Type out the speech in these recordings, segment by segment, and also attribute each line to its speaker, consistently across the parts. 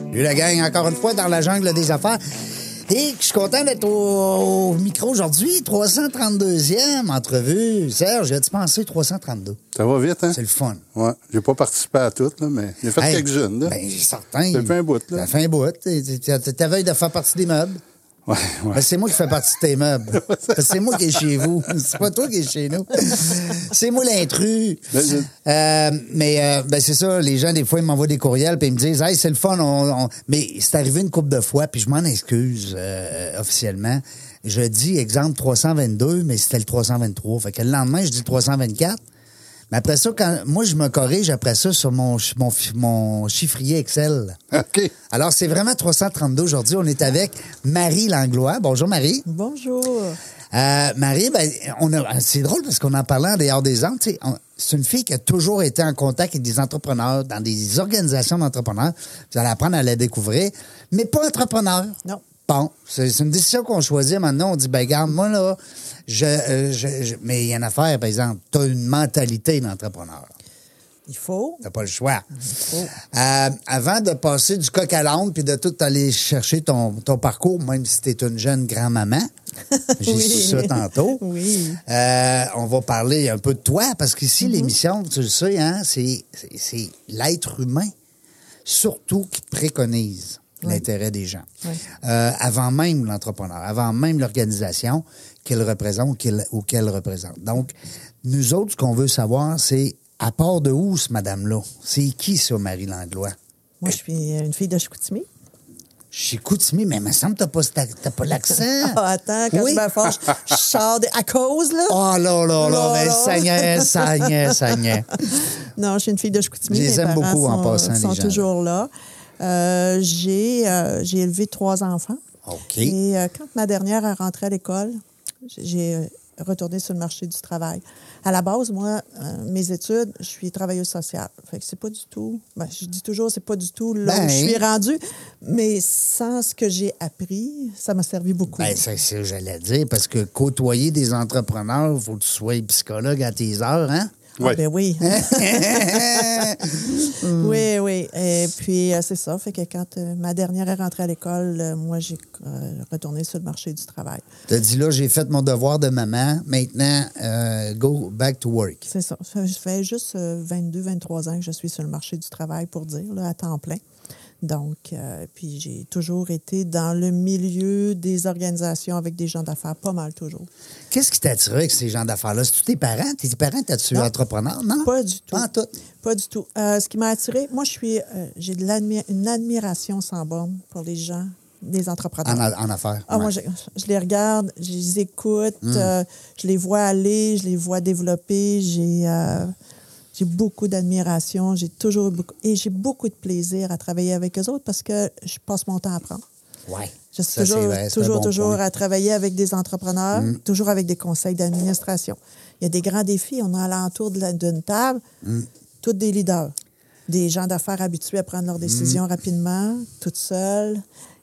Speaker 1: Salut la gang, encore une fois dans la jungle des affaires. Et je suis content d'être au, au micro aujourd'hui, 332e entrevue. Serge, as-tu pensé 332?
Speaker 2: Ça va vite, hein?
Speaker 1: C'est le fun.
Speaker 2: Ouais. J'ai pas participé à toutes, là, mais j'ai fait
Speaker 1: Hey,
Speaker 2: quelques-unes, là.
Speaker 1: Ben, certain.
Speaker 2: Ça fait un bout, là.
Speaker 1: Ça fait un bout. T'es- t'es- t'es- T'avais veille de faire partie des meubles.
Speaker 2: Ouais, ouais.
Speaker 1: Ben, c'est moi qui fais partie de tes meubles. Parce que c'est moi qui est chez vous. C'est pas toi qui est chez nous. C'est moi l'intrus.
Speaker 2: Ben, je-
Speaker 1: Euh, mais euh, ben, c'est ça, les gens, des fois, ils m'envoient des courriels puis ils me disent Hey, c'est le fun. on- on- Mais c'est arrivé une couple de fois, puis je m'en excuse euh, officiellement. Je dis exemple 322, mais c'était le 323. Fait que le lendemain, je dis 324. Mais après ça, quand moi, je me corrige après ça sur mon, ch- mon, fi- mon chiffrier Excel.
Speaker 2: OK.
Speaker 1: Alors, c'est vraiment 332 aujourd'hui. On est avec Marie Langlois. Bonjour, Marie.
Speaker 3: Bonjour.
Speaker 1: Euh, Marie, ben, on a, c'est drôle parce qu'on en parlait en dehors des ans. tu sais, on- C'est une fille qui a toujours été en contact avec des entrepreneurs, dans des organisations d'entrepreneurs. Vous allez apprendre à la découvrir, mais pas entrepreneur.
Speaker 3: Non.
Speaker 1: Bon, c'est c'est une décision qu'on choisit maintenant. On dit, ben, garde, moi, là, je, euh, je- je- mais il y a une affaire, par exemple, tu as une mentalité d'entrepreneur.
Speaker 3: Il faut.
Speaker 1: T'as pas le choix. Euh, avant de passer du coq à l'âne puis de tout aller chercher ton, ton parcours, même si t'es une jeune grand-maman, j'ai
Speaker 3: Oui.
Speaker 1: su ça tantôt.
Speaker 3: Oui.
Speaker 1: Euh, on va parler un peu de toi, parce qu'ici,
Speaker 3: Mhm.
Speaker 1: l'émission, tu le sais, hein, c'est, c'est, c'est l'être humain, surtout, qui préconise
Speaker 3: Oui.
Speaker 1: l'intérêt des gens.
Speaker 3: Oui.
Speaker 1: Euh, avant même l'entrepreneur, avant même l'organisation qu'il représente ou qu'il- ou qu'elle représente. Donc, nous autres, ce qu'on veut savoir, c'est à part de où, ce madame-là? C'est qui, ça, Marie Langlois?
Speaker 3: Moi, je suis une fille de Chicoutimi.
Speaker 1: Chicoutimi, mais il me semble que t'as pas, cet ac- t'as pas l'accent.
Speaker 3: Ah, attends, quand
Speaker 1: Oui.
Speaker 3: je me fâche, je sors des- à cause, là.
Speaker 1: Oh là là là,
Speaker 3: Là,
Speaker 1: mais
Speaker 3: là.
Speaker 1: saignait, saignait, saignait.
Speaker 3: Non, je suis une fille de Chicoutimi.
Speaker 1: Je les
Speaker 3: Mes
Speaker 1: aime
Speaker 3: parents
Speaker 1: beaucoup en
Speaker 3: sont-
Speaker 1: passant, les
Speaker 3: sont
Speaker 1: gens.
Speaker 3: toujours là. Euh, j'ai, euh, j'ai élevé trois enfants.
Speaker 1: OK.
Speaker 3: Et euh, quand ma dernière est rentrée à l'école, j'ai- j'ai euh, retourné sur le marché du travail. À la base, moi, euh, mes études, je suis travailleuse sociale. Fait que c'est pas du tout. ben, je dis toujours, c'est pas du tout là
Speaker 1: Ben.
Speaker 3: où je suis rendue. Mais sans ce que j'ai appris, ça m'a servi beaucoup.
Speaker 1: Ben, c'est ça que j'allais dire, parce que côtoyer des entrepreneurs, il faut que tu sois psychologue à tes heures, hein?
Speaker 3: Ah,
Speaker 2: Ouais.
Speaker 3: ben oui. Oui, oui. Et puis, euh, c'est ça. Fait que quand euh, ma dernière est rentrée à l'école, euh, moi, j'ai euh, retourné sur le marché du travail.
Speaker 1: T'as dit là, j'ai fait mon devoir de maman, maintenant, euh, go back to work.
Speaker 3: C'est ça. Ça fait juste euh, 22, 23 ans que je suis sur le marché du travail, pour dire, là, à temps plein. Donc, euh, puis j'ai toujours été dans le milieu des organisations avec des gens d'affaires, pas mal toujours.
Speaker 1: Qu'est-ce qui t'attirait avec ces gens d'affaires-là? C'est-tu tes parents? Tes parents, t'as-tu
Speaker 3: Non.
Speaker 1: entrepreneur? Non?
Speaker 3: Pas du tout.
Speaker 1: Pas en tout.
Speaker 3: Pas du tout. Euh, ce qui m'a attiré, moi, je suis, euh, j'ai de l'admi- une admiration sans borne pour les gens, les entrepreneurs.
Speaker 1: En, en affaires.
Speaker 3: Ah,
Speaker 1: ouais.
Speaker 3: Moi, je, je les regarde, je les écoute, euh, je les vois aller, je les vois développer. J'ai euh, j'ai beaucoup d'admiration, j'ai toujours eu beaucoup, et j'ai beaucoup de plaisir à travailler avec eux autres parce que je passe mon temps à apprendre.
Speaker 1: Ouais.
Speaker 3: Je suis
Speaker 1: Ça, c'est
Speaker 3: toujours,
Speaker 1: vrai, c'est un
Speaker 3: toujours,
Speaker 1: bon
Speaker 3: toujours
Speaker 1: point. Mm.
Speaker 3: à travailler avec des entrepreneurs, toujours avec des conseils d'administration. Il y a des grands défis. On est alentour de la- d'une table,
Speaker 1: Mm.
Speaker 3: tous des leaders, des gens d'affaires habitués à prendre leurs
Speaker 1: Mm.
Speaker 3: décisions rapidement, toutes seules.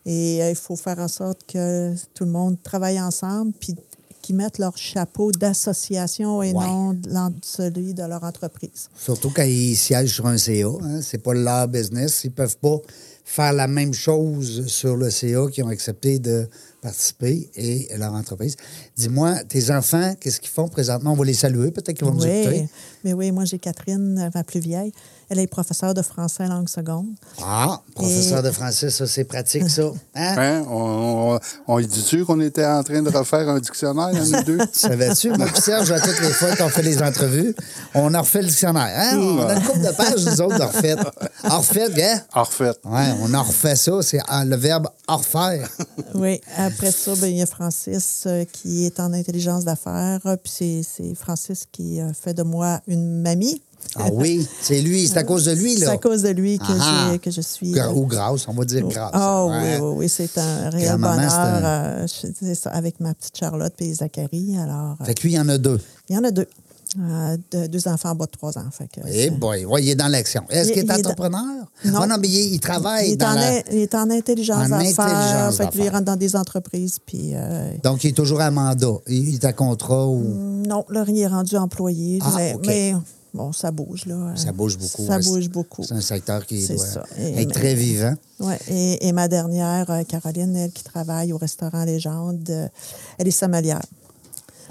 Speaker 3: Et euh, il faut faire en sorte que tout le monde travaille ensemble, puis qu'ils mettent leur chapeau d'association et
Speaker 1: Ouais.
Speaker 3: non de l'en- celui de leur entreprise.
Speaker 1: Surtout quand ils siègent sur un CA. Hein, c'est pas leur business. Ils peuvent pas faire la même chose sur le CA qu'ils ont accepté de participer et leur entreprise. Dis-moi, tes enfants, qu'est-ce qu'ils font présentement? On va les saluer, peut-être qu'ils vont nous
Speaker 3: Oui,
Speaker 1: écouter.
Speaker 3: mais oui, moi j'ai Catherine, euh, ma plus vieille. Elle est professeure de français en langue seconde.
Speaker 1: Ah, professeur
Speaker 3: Et-
Speaker 1: de français, ça, c'est pratique, ça. Hein?
Speaker 2: Hein? On, on, on y dit-tu qu'on était en train de refaire un dictionnaire, hein, nous deux?
Speaker 1: Savais-tu, moi puis Serge, à toutes les fois qu'on fait les entrevues, on en refait le dictionnaire. Hein? On a une couple de pages, nous autres, en refait. En refait, gars.
Speaker 2: En refait.
Speaker 1: Ouais, on en refait ça, c'est ah, le verbe « en refaire
Speaker 3: Oui, après ça, ben, il y a Francis euh, qui est en intelligence d'affaires. euh, Puis c'est- c'est Francis qui euh, fait de moi une mamie. ».
Speaker 1: Ah oui, c'est lui, c'est à cause de lui,
Speaker 3: C'est
Speaker 1: là.
Speaker 3: à cause de lui que,
Speaker 1: Ah ah.
Speaker 3: j'ai- que je suis. euh,
Speaker 1: Gra- Ou grâce, on va dire grâce. hein.
Speaker 3: Ah
Speaker 1: Ouais.
Speaker 3: oui, oui, oui, c'est un réel
Speaker 1: Grand-maman,
Speaker 3: bonheur.
Speaker 1: c'est un-
Speaker 3: euh, je- c'est ça, avec ma petite Charlotte et Zachary. Alors, euh,
Speaker 1: Fait que lui, il y en a deux.
Speaker 3: il y en a deux. Euh, deux, deux enfants en bas de trois ans. Fait que
Speaker 1: Eh
Speaker 3: c'est-
Speaker 1: boy, ouais, il est dans l'action. Est-ce
Speaker 3: Il-
Speaker 1: qu'il est,
Speaker 3: il est dans-
Speaker 1: entrepreneur?
Speaker 3: Non.
Speaker 1: Ah non, mais il, il travaille
Speaker 3: il, est
Speaker 1: dans
Speaker 3: en,
Speaker 1: la-
Speaker 3: in- il est en intelligence
Speaker 1: en
Speaker 3: d'affaires.
Speaker 1: intelligence
Speaker 3: Fait que lui, il
Speaker 1: d'affaires.
Speaker 3: rentre dans des entreprises. Puis euh,
Speaker 1: Donc, il est toujours à mandat. Il il est à contrat ou...
Speaker 3: non, là, il est rendu employé.
Speaker 1: Ah,
Speaker 3: mais,
Speaker 1: OK.
Speaker 3: mais, bon, ça bouge, là.
Speaker 1: Ça bouge beaucoup.
Speaker 3: Ça
Speaker 1: ouais.
Speaker 3: bouge beaucoup.
Speaker 1: C'est un secteur qui
Speaker 3: C'est
Speaker 1: doit
Speaker 3: ça. Et-
Speaker 1: être très
Speaker 3: mais-
Speaker 1: vivant.
Speaker 3: Ouais, et, et ma dernière, euh, Caroline, elle qui travaille au restaurant Légende, euh, elle est sommelière.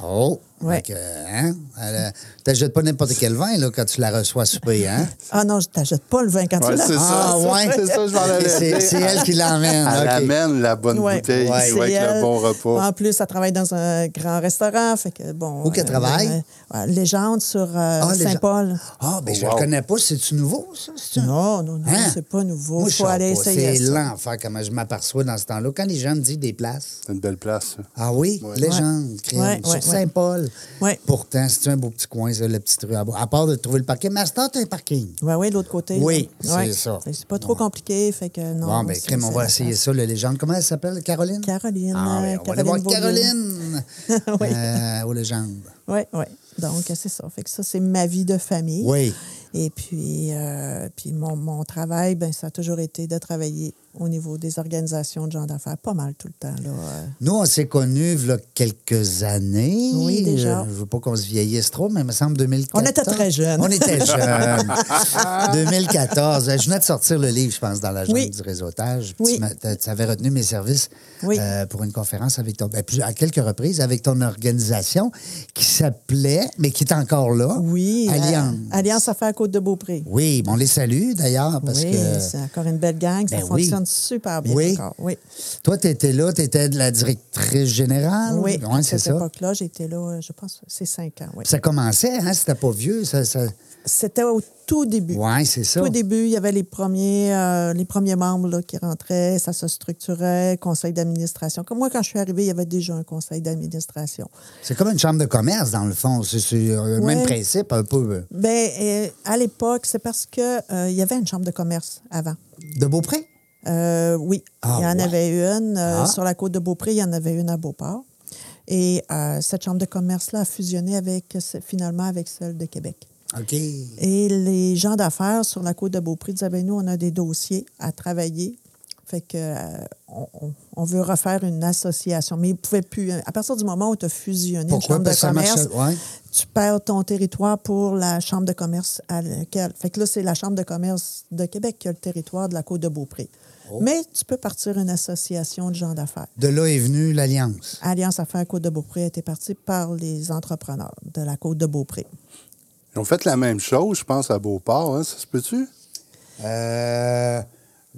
Speaker 1: Oh!
Speaker 3: Ouais.
Speaker 1: Fait que, hein? Elle, euh, t'achètes pas n'importe quel vin là, quand tu la reçois à souper, hein?
Speaker 3: Ah non, je t'achète pas le vin quand
Speaker 2: Ouais,
Speaker 3: tu l'as.
Speaker 2: c'est
Speaker 1: Ah,
Speaker 2: ça.
Speaker 1: ouais.
Speaker 2: C'est ça, je m'en allais
Speaker 1: C'est
Speaker 2: dire.
Speaker 1: c'est elle qui l'emmène.
Speaker 2: Elle
Speaker 1: Ah, ok.
Speaker 2: amène la bonne
Speaker 3: Ouais.
Speaker 2: bouteille
Speaker 1: Ouais. Ah.
Speaker 2: ou avec
Speaker 3: C'est
Speaker 2: le bon
Speaker 3: elle.
Speaker 2: repas.
Speaker 3: En plus, elle travaille dans un grand restaurant. Fait que, bon,
Speaker 1: Où qu'elle travaille?
Speaker 3: euh, ouais, Légende sur euh,
Speaker 1: les gens-
Speaker 3: Saint-Paul.
Speaker 1: Ah, ben, je
Speaker 2: Oh, Wow.
Speaker 1: le connais pas. C'est-tu nouveau, ça? C'est-tu un-
Speaker 3: Non, non, non,
Speaker 1: Hein?
Speaker 3: c'est pas nouveau.
Speaker 1: Moi,
Speaker 3: Il
Speaker 1: je
Speaker 3: faut
Speaker 1: sors
Speaker 3: aller
Speaker 1: pas.
Speaker 3: essayer.
Speaker 1: C'est
Speaker 3: ça.
Speaker 1: l'enfer comment je m'aperçois dans ce temps-là. Quand les gens me disent des places,
Speaker 2: C'est une belle place. ça.
Speaker 1: ah oui, légende, crime,
Speaker 3: Ouais,
Speaker 1: sur
Speaker 3: ouais,
Speaker 1: Saint-Paul.
Speaker 3: Ouais.
Speaker 1: Pourtant, c'est un beau petit coin, ça, la petite rue à bois. À part de trouver le parking, mais à cette heure, t'as un parking.
Speaker 3: Oui, Ben oui, de l'autre côté.
Speaker 1: Oui,
Speaker 3: là. Ouais.
Speaker 1: c'est ça.
Speaker 3: Fait que C'est pas trop compliqué. Fait que non.
Speaker 1: bon, ben,
Speaker 3: c'est-
Speaker 1: crime, on
Speaker 3: c'est
Speaker 1: va
Speaker 3: la
Speaker 1: essayer
Speaker 3: place.
Speaker 1: ça, la légende. Comment elle s'appelle, Caroline?
Speaker 3: Caroline.
Speaker 1: Ah, oui,
Speaker 3: euh,
Speaker 1: on va aller voir
Speaker 3: Beaulieu.
Speaker 1: Caroline
Speaker 3: Oui.
Speaker 1: euh, aux légendes.
Speaker 3: Oui, oui. Donc, euh, c'est ça. Fait que ça, c'est ma vie de famille.
Speaker 1: Oui.
Speaker 3: Et puis, euh, puis mon, mon travail, ben, ça a toujours été de travailler au niveau des organisations de gens d'affaires, pas mal tout le temps. Là. euh.
Speaker 1: Nous, on s'est connus il y a quelques années.
Speaker 3: Oui, déjà.
Speaker 1: Je ne veux pas qu'on se vieillisse trop, mais il me semble 2014.
Speaker 3: On était très jeunes.
Speaker 1: On était jeunes. 2014. Je venais de sortir le livre, je pense, dans la journée
Speaker 3: Oui.
Speaker 1: du réseautage. Puis
Speaker 3: Oui.
Speaker 1: Tu, m'as- t'as- tu avais retenu mes services
Speaker 3: Oui.
Speaker 1: euh, pour une conférence avec ton, ben, plus- à quelques reprises avec ton organisation qui s'appelait, mais qui est encore là.
Speaker 3: Oui. euh,
Speaker 1: Alliance.
Speaker 3: Alliance Affaires Côte-de-Beaupré.
Speaker 1: Oui, bon, on les salue d'ailleurs parce
Speaker 3: oui,
Speaker 1: que.
Speaker 3: c'est encore une belle gang. Ça
Speaker 1: Ben oui.
Speaker 3: fonctionne super bien
Speaker 1: Oui.
Speaker 3: encore. Oui,
Speaker 1: Toi, tu étais là, tu étais de la directrice générale.
Speaker 3: oui.
Speaker 1: Ah, Ouais,
Speaker 3: à
Speaker 1: c'est
Speaker 3: cette
Speaker 1: ça.
Speaker 3: époque-là, j'étais là, euh, je pense, c'est cinq ans. Oui.
Speaker 1: Ça commençait, hein, c'était pas vieux. Ça, ça...
Speaker 3: C'était au tout début.
Speaker 1: Oui, c'est ça.
Speaker 3: Au début, il y avait les premiers, euh, les premiers membres là, qui rentraient, ça se structurait, conseil d'administration. Comme moi, quand je suis arrivée, il y avait déjà un conseil d'administration.
Speaker 1: C'est comme une chambre de commerce, dans le fond. C'est c'est, euh, le
Speaker 3: Ouais.
Speaker 1: même principe, un peu. euh,
Speaker 3: Ben, euh, à l'époque, c'est parce que euh, il y avait une chambre de commerce avant.
Speaker 1: De Beaupré?
Speaker 3: Euh, oui,
Speaker 1: Ah,
Speaker 3: il y en
Speaker 1: ouais.
Speaker 3: avait une euh,
Speaker 1: Ah.
Speaker 3: sur la côte de Beaupré, il y en avait une à Beauport. Et euh, cette chambre de commerce-là a fusionné avec, ce- finalement avec celle de Québec.
Speaker 1: OK.
Speaker 3: Et les gens d'affaires sur la côte de Beaupré disaient, ben nous, on a des dossiers à travailler. Fait que euh, on, on- on veut refaire une association. Mais ils ne pouvaient plus. hein. À partir du moment où tu as fusionné
Speaker 1: Pourquoi?
Speaker 3: une chambre
Speaker 1: Parce
Speaker 3: de
Speaker 1: que ça marche.
Speaker 3: commerce,
Speaker 1: Ouais.
Speaker 3: tu perds ton territoire pour la chambre de commerce à laquelle. Fait que là, c'est la chambre de commerce de Québec qui a le territoire de la côte de Beaupré.
Speaker 1: Oh.
Speaker 3: Mais tu peux partir une association de gens d'affaires.
Speaker 1: De là est venue l'Alliance.
Speaker 3: Alliance Affaires Côte de Beaupré a été partie par les entrepreneurs de la côte de Beaupré.
Speaker 2: Ils ont fait la même chose, je pense, à Beauport. hein. Ça se peut-tu?
Speaker 1: Euh,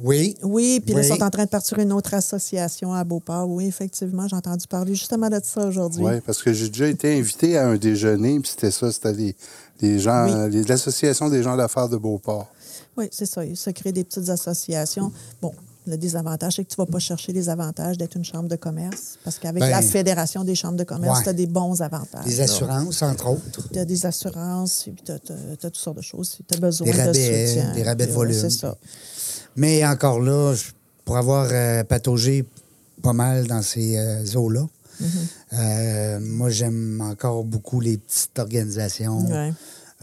Speaker 1: oui.
Speaker 3: Oui, puis là, ils
Speaker 1: Oui.
Speaker 3: sont en train de partir une autre association à Beauport. Oui, effectivement, j'ai entendu parler justement de ça aujourd'hui.
Speaker 2: Oui, parce que j'ai déjà été invité à un déjeuner, puis c'était ça, c'était les, les gens,
Speaker 3: Oui.
Speaker 2: les- l'association des gens d'affaires de Beauport.
Speaker 3: Oui, c'est ça. Se créer des petites associations. Bon, le désavantage, c'est que tu ne vas pas chercher les avantages d'être une chambre de commerce. Parce qu'avec
Speaker 1: Ben,
Speaker 3: la Fédération des chambres de commerce,
Speaker 1: ouais.
Speaker 3: tu as des bons avantages.
Speaker 1: Les assurances, entre autres.
Speaker 3: Tu as des assurances, puis tu as, toutes sortes de choses. Si tu as besoin
Speaker 1: Des
Speaker 3: de
Speaker 1: rabais,
Speaker 3: soutien.
Speaker 1: des rabais de
Speaker 3: Puis, ouais,
Speaker 1: volume.
Speaker 3: C'est ça.
Speaker 1: Mais encore là, je- pour avoir euh, pataugé pas mal dans ces euh, eaux-là, euh, moi, j'aime encore beaucoup les petites organisations.
Speaker 3: Ouais.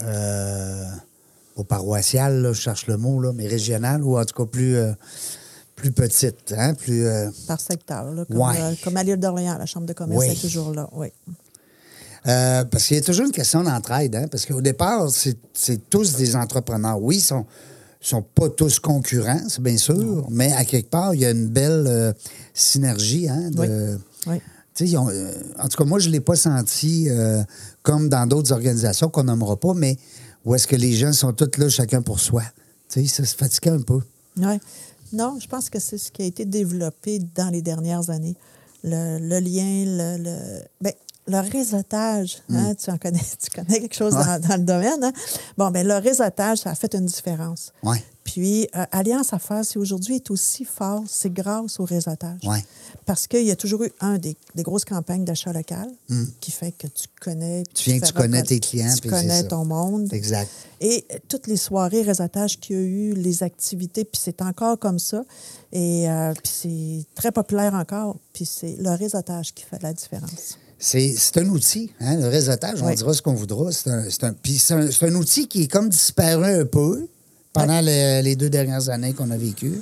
Speaker 1: euh, au paroissial, là, je cherche le mot, là, mais régional ou en tout cas plus, euh, plus petite. Hein, plus, euh,
Speaker 3: Par secteur. là, comme,
Speaker 1: Ouais.
Speaker 3: euh, comme à l'île d'Orléans, la chambre de commerce
Speaker 1: Oui.
Speaker 3: est toujours là. Oui.
Speaker 1: euh, parce qu'il y a toujours une question d'entraide, hein, parce qu'au départ, c'est c'est tous des entrepreneurs. Oui, ils sont, sont pas tous concurrents, c'est bien sûr, mais à quelque part, il y a une belle euh, synergie. Hein, de-
Speaker 3: Oui. Oui.
Speaker 1: Tu sais, ils ont, euh, en tout cas, moi, je ne l'ai pas senti euh, comme dans d'autres organisations qu'on nommera pas, mais où est-ce que les gens sont tous là, chacun pour soi. Tu sais, ça se fatiguait un peu.
Speaker 3: Ouais. Non, je pense que c'est ce qui a été développé dans les dernières années. Le, le lien, le, le, ben, le réseautage. hein,
Speaker 1: Hmm.
Speaker 3: tu, en connais, tu connais quelque chose dans, dans le domaine. hein? Bon, ben, le réseautage, ça a fait une différence.
Speaker 1: Ouais.
Speaker 3: Puis, euh, Alliance Affaires, si aujourd'hui est aussi fort, c'est grâce au réseautage.
Speaker 1: Ouais.
Speaker 3: Parce qu'il y a toujours eu, un, des, des grosses campagnes d'achat local qui fait que tu connais... puis
Speaker 1: Hmm. Tu viens,
Speaker 3: fais
Speaker 1: tu connais
Speaker 3: repren-
Speaker 1: tes clients,
Speaker 3: Tu
Speaker 1: puis c'est
Speaker 3: connais
Speaker 1: ça.
Speaker 3: ton monde.
Speaker 1: Exact.
Speaker 3: Et euh, toutes les soirées, réseautage qu'il y a eu, les activités, puis c'est encore comme ça. Et euh, puis c'est très populaire encore. Puis c'est le réseautage qui fait la différence.
Speaker 1: C'est c'est un outil, hein, le réseautage, on
Speaker 3: Oui.
Speaker 1: dira ce qu'on voudra. C'est un, c'est un- puis c'est un- c'est un outil qui est comme disparu un peu pendant le- les deux dernières années qu'on a vécues.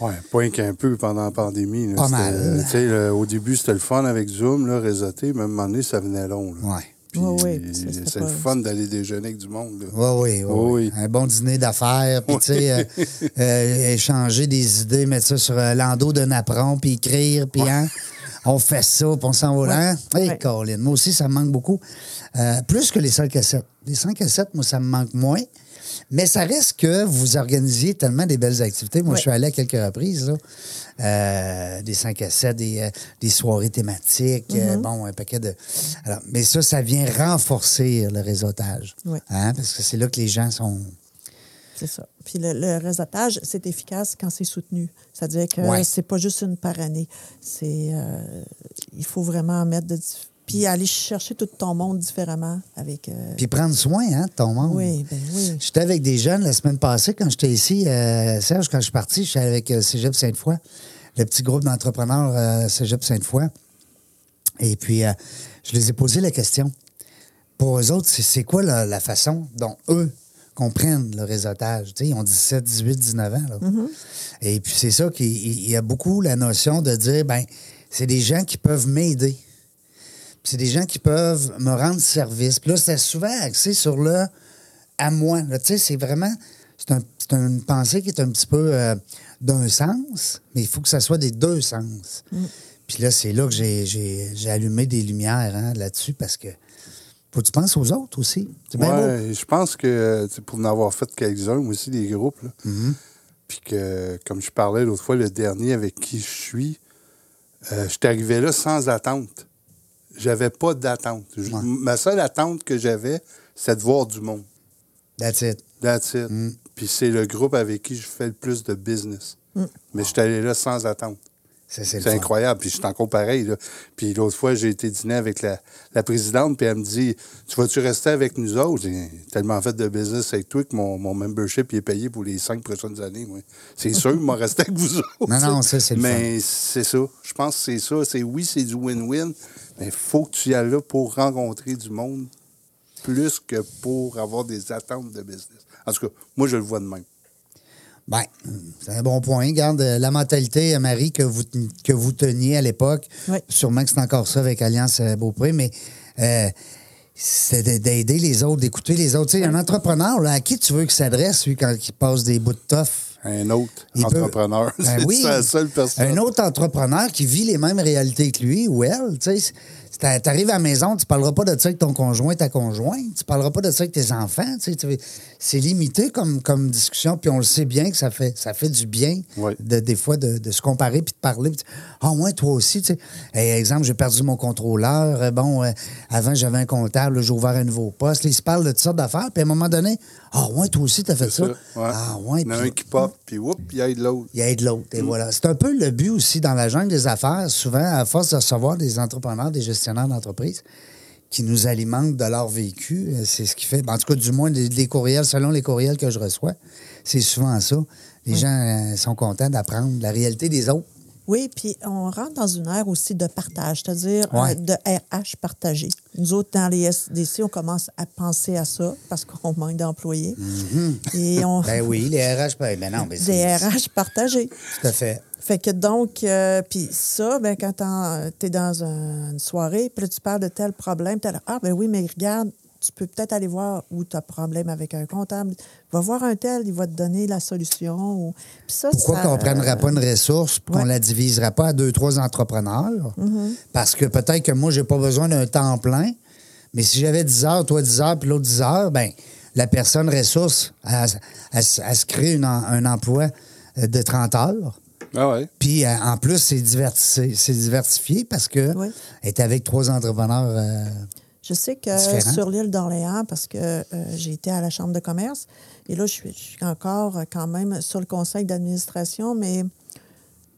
Speaker 2: Oui, pas qu'un peu pendant la pandémie. là.
Speaker 1: Pas
Speaker 2: C'était,
Speaker 1: mal.
Speaker 2: euh, tu sais, le- au début, c'était le fun avec Zoom, là, réseauté. Même à un moment donné, ça venait long. là.
Speaker 1: Ouais.
Speaker 2: Puis,
Speaker 3: Ouais, ouais, puis ça, c'était
Speaker 2: c'est le
Speaker 3: pas-
Speaker 2: fun d'aller déjeuner avec du monde. là.
Speaker 1: Oui, oui, oui, oui.
Speaker 2: Oui.
Speaker 1: Un bon dîner d'affaires, puis tu sais, euh, euh, échanger des idées, mettre ça sur euh, l'endos d'un apron, puis écrire, puis hein, on fait ça, puis on s'en va là. Hey,
Speaker 3: Ouais.
Speaker 1: Colin, moi aussi, ça me manque beaucoup. Euh, plus que les 5 cassettes. Les 5 cassettes, moi, ça me manque moins. Mais ça reste que vous organisiez tellement des belles activités. Moi,
Speaker 3: Ouais.
Speaker 1: je suis allé à quelques reprises, là. Euh, des 5 à 7, des, euh, des soirées thématiques, euh,
Speaker 3: Mm-hmm.
Speaker 1: bon, un paquet de. Alors, mais ça, ça vient renforcer le réseautage.
Speaker 3: Oui.
Speaker 1: Hein, Parce que c'est là que les gens sont.
Speaker 3: C'est ça. Puis le, le réseautage, c'est efficace quand c'est soutenu. C'est-à-dire que
Speaker 1: Ouais.
Speaker 3: c'est pas juste une par année. C'est, euh, il faut vraiment mettre de... dif- Puis aller chercher tout ton monde différemment avec... euh,
Speaker 1: Puis prendre soin hein, de ton monde.
Speaker 3: oui, ben oui.
Speaker 1: J'étais avec des jeunes la semaine passée quand j'étais ici. euh, Serge, quand je suis parti, j'étais avec euh, Cégep Sainte-Foy, le petit groupe d'entrepreneurs euh, Cégep Sainte-Foy. Et puis, euh, je les ai posé la question. Pour eux autres, c'est- c'est quoi la, la façon dont eux comprennent le réseautage? Tu sais, ils ont 17, 18, 19 ans. là. Et puis, c'est ça qu'il il- il y a beaucoup la notion de dire, ben c'est des gens qui peuvent m'aider. Puis c'est des gens qui peuvent me rendre service. Puis là, c'est souvent axé sur le à moi. Là, Tu sais, c'est vraiment. C'est un- c'est une pensée qui est un petit peu euh, d'un sens, mais il faut que ça soit des deux sens. Puis là, c'est là que j'ai- j'ai j'ai allumé des lumières hein, là-dessus parce que faut que tu penses aux autres aussi. C'est bien beau.
Speaker 2: Ouais, je pense que euh, tu sais, pour en avoir fait quelques-uns moi aussi des groupes, là,
Speaker 1: Mm-hmm.
Speaker 2: puis que comme je parlais l'autre fois, le dernier avec qui je suis, euh, je suis arrivé là sans attente. J'avais pas d'attente. Je-
Speaker 1: Ouais.
Speaker 2: Ma seule attente que j'avais, c'est de voir du monde.
Speaker 1: That's it.
Speaker 2: That's it.
Speaker 1: Mm.
Speaker 2: Puis c'est le groupe avec qui je fais le plus de business. Mais je suis allé là sans attente.
Speaker 1: Ça, C'est le
Speaker 2: C'est
Speaker 1: fun.
Speaker 2: incroyable. Puis je suis encore pareil. là. Puis l'autre fois, j'ai été dîner avec la, la présidente, puis elle me dit Tu vas-tu rester avec nous autres J'ai tellement fait de business avec toi que mon, mon membership il est payé pour les cinq prochaines années. moi. C'est sûr, il m'a resté avec vous autres.
Speaker 1: Non, non, ça, c'est le
Speaker 2: Mais c'est ça. Je pense que c'est ça. C'est oui, c'est du win-win, mais il faut que tu y ailles là pour rencontrer du monde plus que pour avoir des attentes de business. En tout cas, moi, je le vois de même.
Speaker 1: Ben, c'est un bon point. Garde la mentalité, euh, Marie, que vous, ten- que vous teniez à l'époque.
Speaker 3: Oui.
Speaker 1: Sûrement que c'est encore ça avec Alliance euh, Beaupré, mais euh, c'est de- d'aider les autres, d'écouter les autres. Tu sais, un entrepreneur, là, à qui tu veux qu'il s'adresse, lui, quand il passe des bouts de toffe?
Speaker 2: Un autre
Speaker 1: Il peut-
Speaker 2: entrepreneur,
Speaker 1: Ben
Speaker 2: c'est
Speaker 1: oui.
Speaker 2: la seule personne.
Speaker 1: Un autre entrepreneur qui vit les mêmes réalités que lui ou elle. Tu sais, c'est- t'arrives à la maison, tu parleras pas de ça avec ton conjoint, ta conjointe. Tu parleras pas de ça avec tes enfants. tu sais, tu- C'est limité comme, comme discussion, puis on le sait bien que ça fait, ça fait du bien
Speaker 2: Oui.
Speaker 1: de, des fois de, de se comparer puis de parler. puis tu- Ah, ouais, toi aussi, tu sais. Hey, exemple, j'ai perdu mon contrôleur. Euh, Bon, euh, avant, j'avais un comptable, là, j'ai ouvert un nouveau poste. Là, ils se parlent de toutes sortes d'affaires, puis à un moment donné, ah, ouais, toi aussi, t'as fait ça.
Speaker 2: Ouais.
Speaker 1: Ah, ouais,
Speaker 2: Il y en a
Speaker 1: puis-
Speaker 2: un qui pop, puis whoop, il aide l'autre.
Speaker 1: il aide l'autre. Et voilà. C'est un peu le but aussi dans la jungle des affaires, souvent, à force de recevoir des entrepreneurs, des gestionnaires d'entreprise qui nous alimentent de leur vécu. Euh, C'est ce qui fait. En tout cas, du moins, les, les courriels, selon les courriels que je reçois, c'est souvent ça. Les gens euh, sont contents d'apprendre la réalité des autres.
Speaker 3: Oui, puis on rentre dans une ère aussi de partage, c'est-à-dire
Speaker 1: Ouais.
Speaker 3: euh, de RH partagé. Nous autres, dans les SDC, on commence à penser à ça parce qu'on manque d'employés. Et on.
Speaker 1: Ben oui, les RH, ben ben non, mais
Speaker 3: Des
Speaker 1: c'est
Speaker 3: RH partagés.
Speaker 1: tout à fait.
Speaker 3: Fait que donc, euh, puis ça, ben, quand t'en- t'es dans un- une soirée, puis là, tu parles de tel problème, tel. Ah, ben oui, mais regarde, tu peux peut-être aller voir où tu as problème avec un comptable. Va voir un tel, il va te donner la solution. Ou... Puis ça,
Speaker 1: Pourquoi
Speaker 3: ça-
Speaker 1: qu'on ne prendrait pas une ressource et qu'on
Speaker 3: ouais. Mm-hmm.
Speaker 1: la diviserait pas à deux, trois entrepreneurs? Parce que peut-être que moi, j'ai pas besoin d'un temps plein, mais si j'avais 10 heures, toi 10 heures, puis l'autre 10 heures, ben la personne ressource, elle, elle se- elle se crée une en- un emploi euh, de 30 heures.
Speaker 2: Ah ouais.
Speaker 1: Puis euh, en plus, c'est diverti- c'est diversifié parce que
Speaker 3: Ouais.
Speaker 1: elle est avec trois entrepreneurs. euh,
Speaker 3: Je sais que
Speaker 1: Différent.
Speaker 3: sur l'île d'Orléans, parce que euh, j'ai été à la Chambre de commerce, et là, je suis, je suis encore euh, quand même sur le conseil d'administration, mais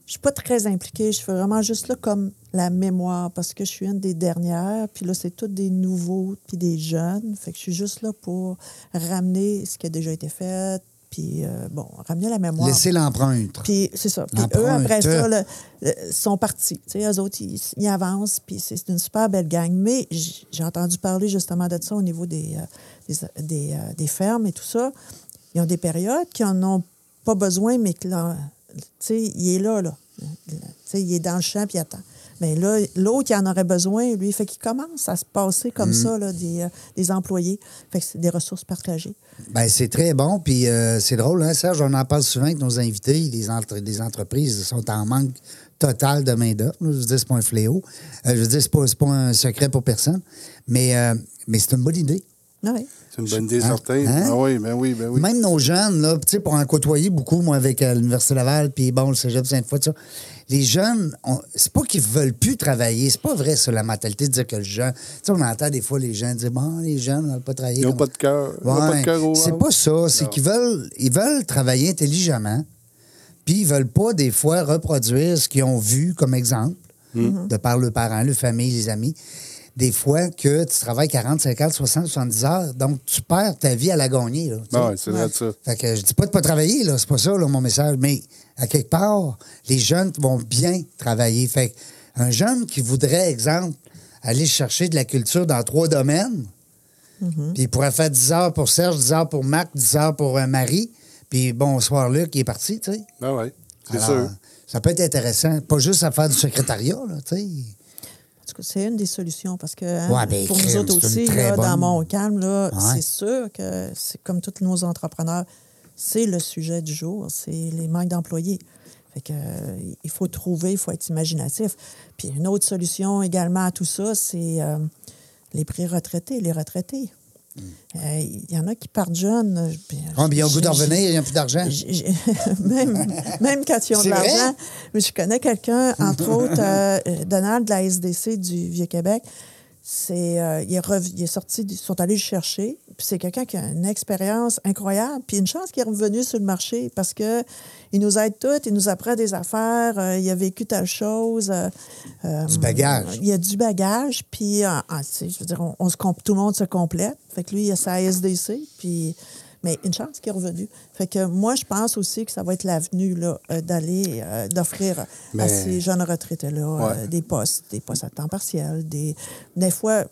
Speaker 3: je suis pas très impliquée. Je fais vraiment juste là comme la mémoire, parce que je suis une des dernières, puis là, c'est toutes des nouveaux, puis des jeunes. Fait que je suis juste là pour ramener ce qui a déjà été fait, puis, euh, bon, ramener la mémoire.
Speaker 1: Laisser l'empreinte.
Speaker 3: Puis c'est ça. Puis
Speaker 1: L'empreinte.
Speaker 3: eux, après ça, là, le- sont partis. Tu sais, eux autres, ils, ils avancent, puis c'est c'est une super belle gang. Mais j- j'ai entendu parler justement de ça au niveau des, euh, des, des, euh, des fermes et tout ça. Ils ont des périodes qui en ont pas besoin, mais que là, tu sais, il est là, là. Tu sais, il est dans le champ, puis il attend. Mais là, l'autre, il en aurait besoin, lui. Fait qu'il commence à se passer comme ça, là, des, euh, des employés. Fait que c'est des ressources partagées.
Speaker 1: Ben, c'est très bon, puis euh, c'est drôle, hein, Serge? On en parle souvent avec nos invités. Les, entre- les entreprises sont en manque total de main-d'œuvre. Je veux dire, c'est pas un fléau. Euh, je veux dire, c'est pas, c'est pas un secret pour personne. Mais, euh, mais c'est une bonne idée.
Speaker 3: Ah Oui.
Speaker 2: C'est une bonne idée,
Speaker 1: Hein?
Speaker 2: certaine.
Speaker 1: Hein?
Speaker 2: Ah oui, ben oui, ben oui.
Speaker 1: Même nos jeunes, là, tu sais, pour en côtoyer beaucoup, moi, avec euh, l'Université Laval, puis bon, le Cégep Sainte-Foy, tout ça. Les jeunes, on- c'est pas qu'ils veulent plus travailler. C'est pas vrai, sur la mentalité de dire que le jeune. Tu sais, on entend des fois les gens dire, bon, les jeunes, on veut pas travailler.
Speaker 2: Ils n'ont
Speaker 1: comme-
Speaker 2: pas de cœur. Ils n'ont Euh, pas de cœur au
Speaker 1: Ouais, C'est pas ça. C'est
Speaker 2: Non.
Speaker 1: qu'ils veulent, ils veulent travailler intelligemment, puis ils veulent pas, des fois, reproduire ce qu'ils ont vu comme exemple,
Speaker 2: Mm-hmm.
Speaker 1: de par le parent, le famille, les amis. Des fois que tu travailles 40, 50, 60, 70 heures, donc tu perds ta vie à la gagner. là, tu sais.
Speaker 2: Ah ouais, c'est vrai de ça.
Speaker 1: Fait que je dis pas de pas travailler, là, c'est pas ça là, mon message, mais à quelque part, les jeunes vont bien travailler. Fait que un jeune qui voudrait, exemple, aller chercher de la culture dans trois domaines, puis il pourrait faire 10 heures pour Serge, 10 heures pour Marc, 10 heures pour euh, Marie, puis bonsoir Luc, il est parti, tu sais.
Speaker 2: Ah ouais, c'est
Speaker 1: Alors,
Speaker 2: sûr.
Speaker 1: Ça peut être intéressant, pas juste à faire du secrétariat, là, tu sais.
Speaker 3: En tout cas, c'est une des solutions parce que hein,
Speaker 1: Ouais, ben,
Speaker 3: pour nous
Speaker 1: crime,
Speaker 3: autres
Speaker 1: c'est une
Speaker 3: aussi,
Speaker 1: très
Speaker 3: là, dans
Speaker 1: bonne-
Speaker 3: mon calme, là,
Speaker 1: Ouais.
Speaker 3: c'est sûr que c'est comme tous nos entrepreneurs, c'est le sujet du jour, c'est les manques d'employés. Fait que, euh, il faut trouver, il faut être imaginatif. Puis une autre solution également à tout ça, c'est euh, les pré-retraités, les retraités. Euh, Il y en a qui partent jeunes. euh, puis,
Speaker 1: Ah, puis Hmm. ils ont le goût
Speaker 3: j'ai-
Speaker 1: d'en revenir, ils n'ont plus d'argent.
Speaker 3: j'ai- j'ai- même, même quand ils ont
Speaker 1: C'est
Speaker 3: de
Speaker 1: vrai?
Speaker 3: l'argent. Mais je connais quelqu'un, entre autres, euh, euh, Donald de la SDC du Vieux-Québec. C'est, euh, il, est rev- il est sorti, du- ils sont allés le chercher. Puis c'est quelqu'un qui a une expérience incroyable. Puis une chance qu'il est revenu sur le marché parce que il nous aide tous, il nous apprend des affaires, euh, il a vécu telle chose. euh, euh,
Speaker 1: Du bagage.
Speaker 3: il y a du bagage, puis euh, ah, tu sais, je veux dire, on, on se comp- tout le monde se complète. Fait que lui, il a sa SDC, puis mais une chance qu'il est revenu. Fait que moi, je pense aussi que ça va être l'avenue là, euh, d'aller euh, d'offrir à
Speaker 2: Mais-
Speaker 3: ces jeunes retraités-là euh,
Speaker 2: Ouais.
Speaker 3: des postes, des postes à temps partiel, des des fois.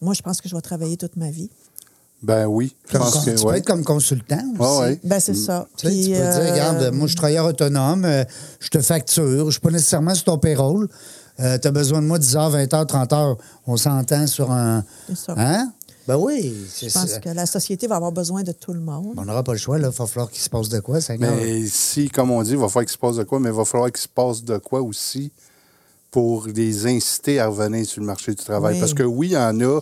Speaker 3: Moi, je pense que je vais travailler toute ma vie.
Speaker 2: Ben oui, je
Speaker 1: Comme
Speaker 2: pense
Speaker 1: con-
Speaker 2: que
Speaker 1: tu peux
Speaker 2: oui.
Speaker 1: être comme consultant aussi.
Speaker 2: Ah ouais.
Speaker 3: Ben, c'est ça.
Speaker 1: Mm. Tu sais, tu
Speaker 3: Puis,
Speaker 1: peux
Speaker 3: euh,
Speaker 1: dire, regarde, moi, je suis travailleur autonome, euh, je te facture, je ne suis pas nécessairement sur ton payroll. tu as besoin de moi 10 heures, 20 heures, 30 heures. On s'entend sur un.
Speaker 3: C'est ça.
Speaker 1: Hein? Ben oui. c'est-
Speaker 3: je pense
Speaker 1: c'est-
Speaker 3: que la société va avoir besoin de tout le monde.
Speaker 1: On n'aura pas le choix, là. Il va falloir qu'il se passe de quoi, ça
Speaker 2: Mais si, comme on dit, il va falloir qu'il se passe de quoi, mais il va falloir qu'il se passe de quoi aussi pour les inciter à revenir sur le marché du travail.
Speaker 3: Oui.
Speaker 2: Parce que oui, il y en a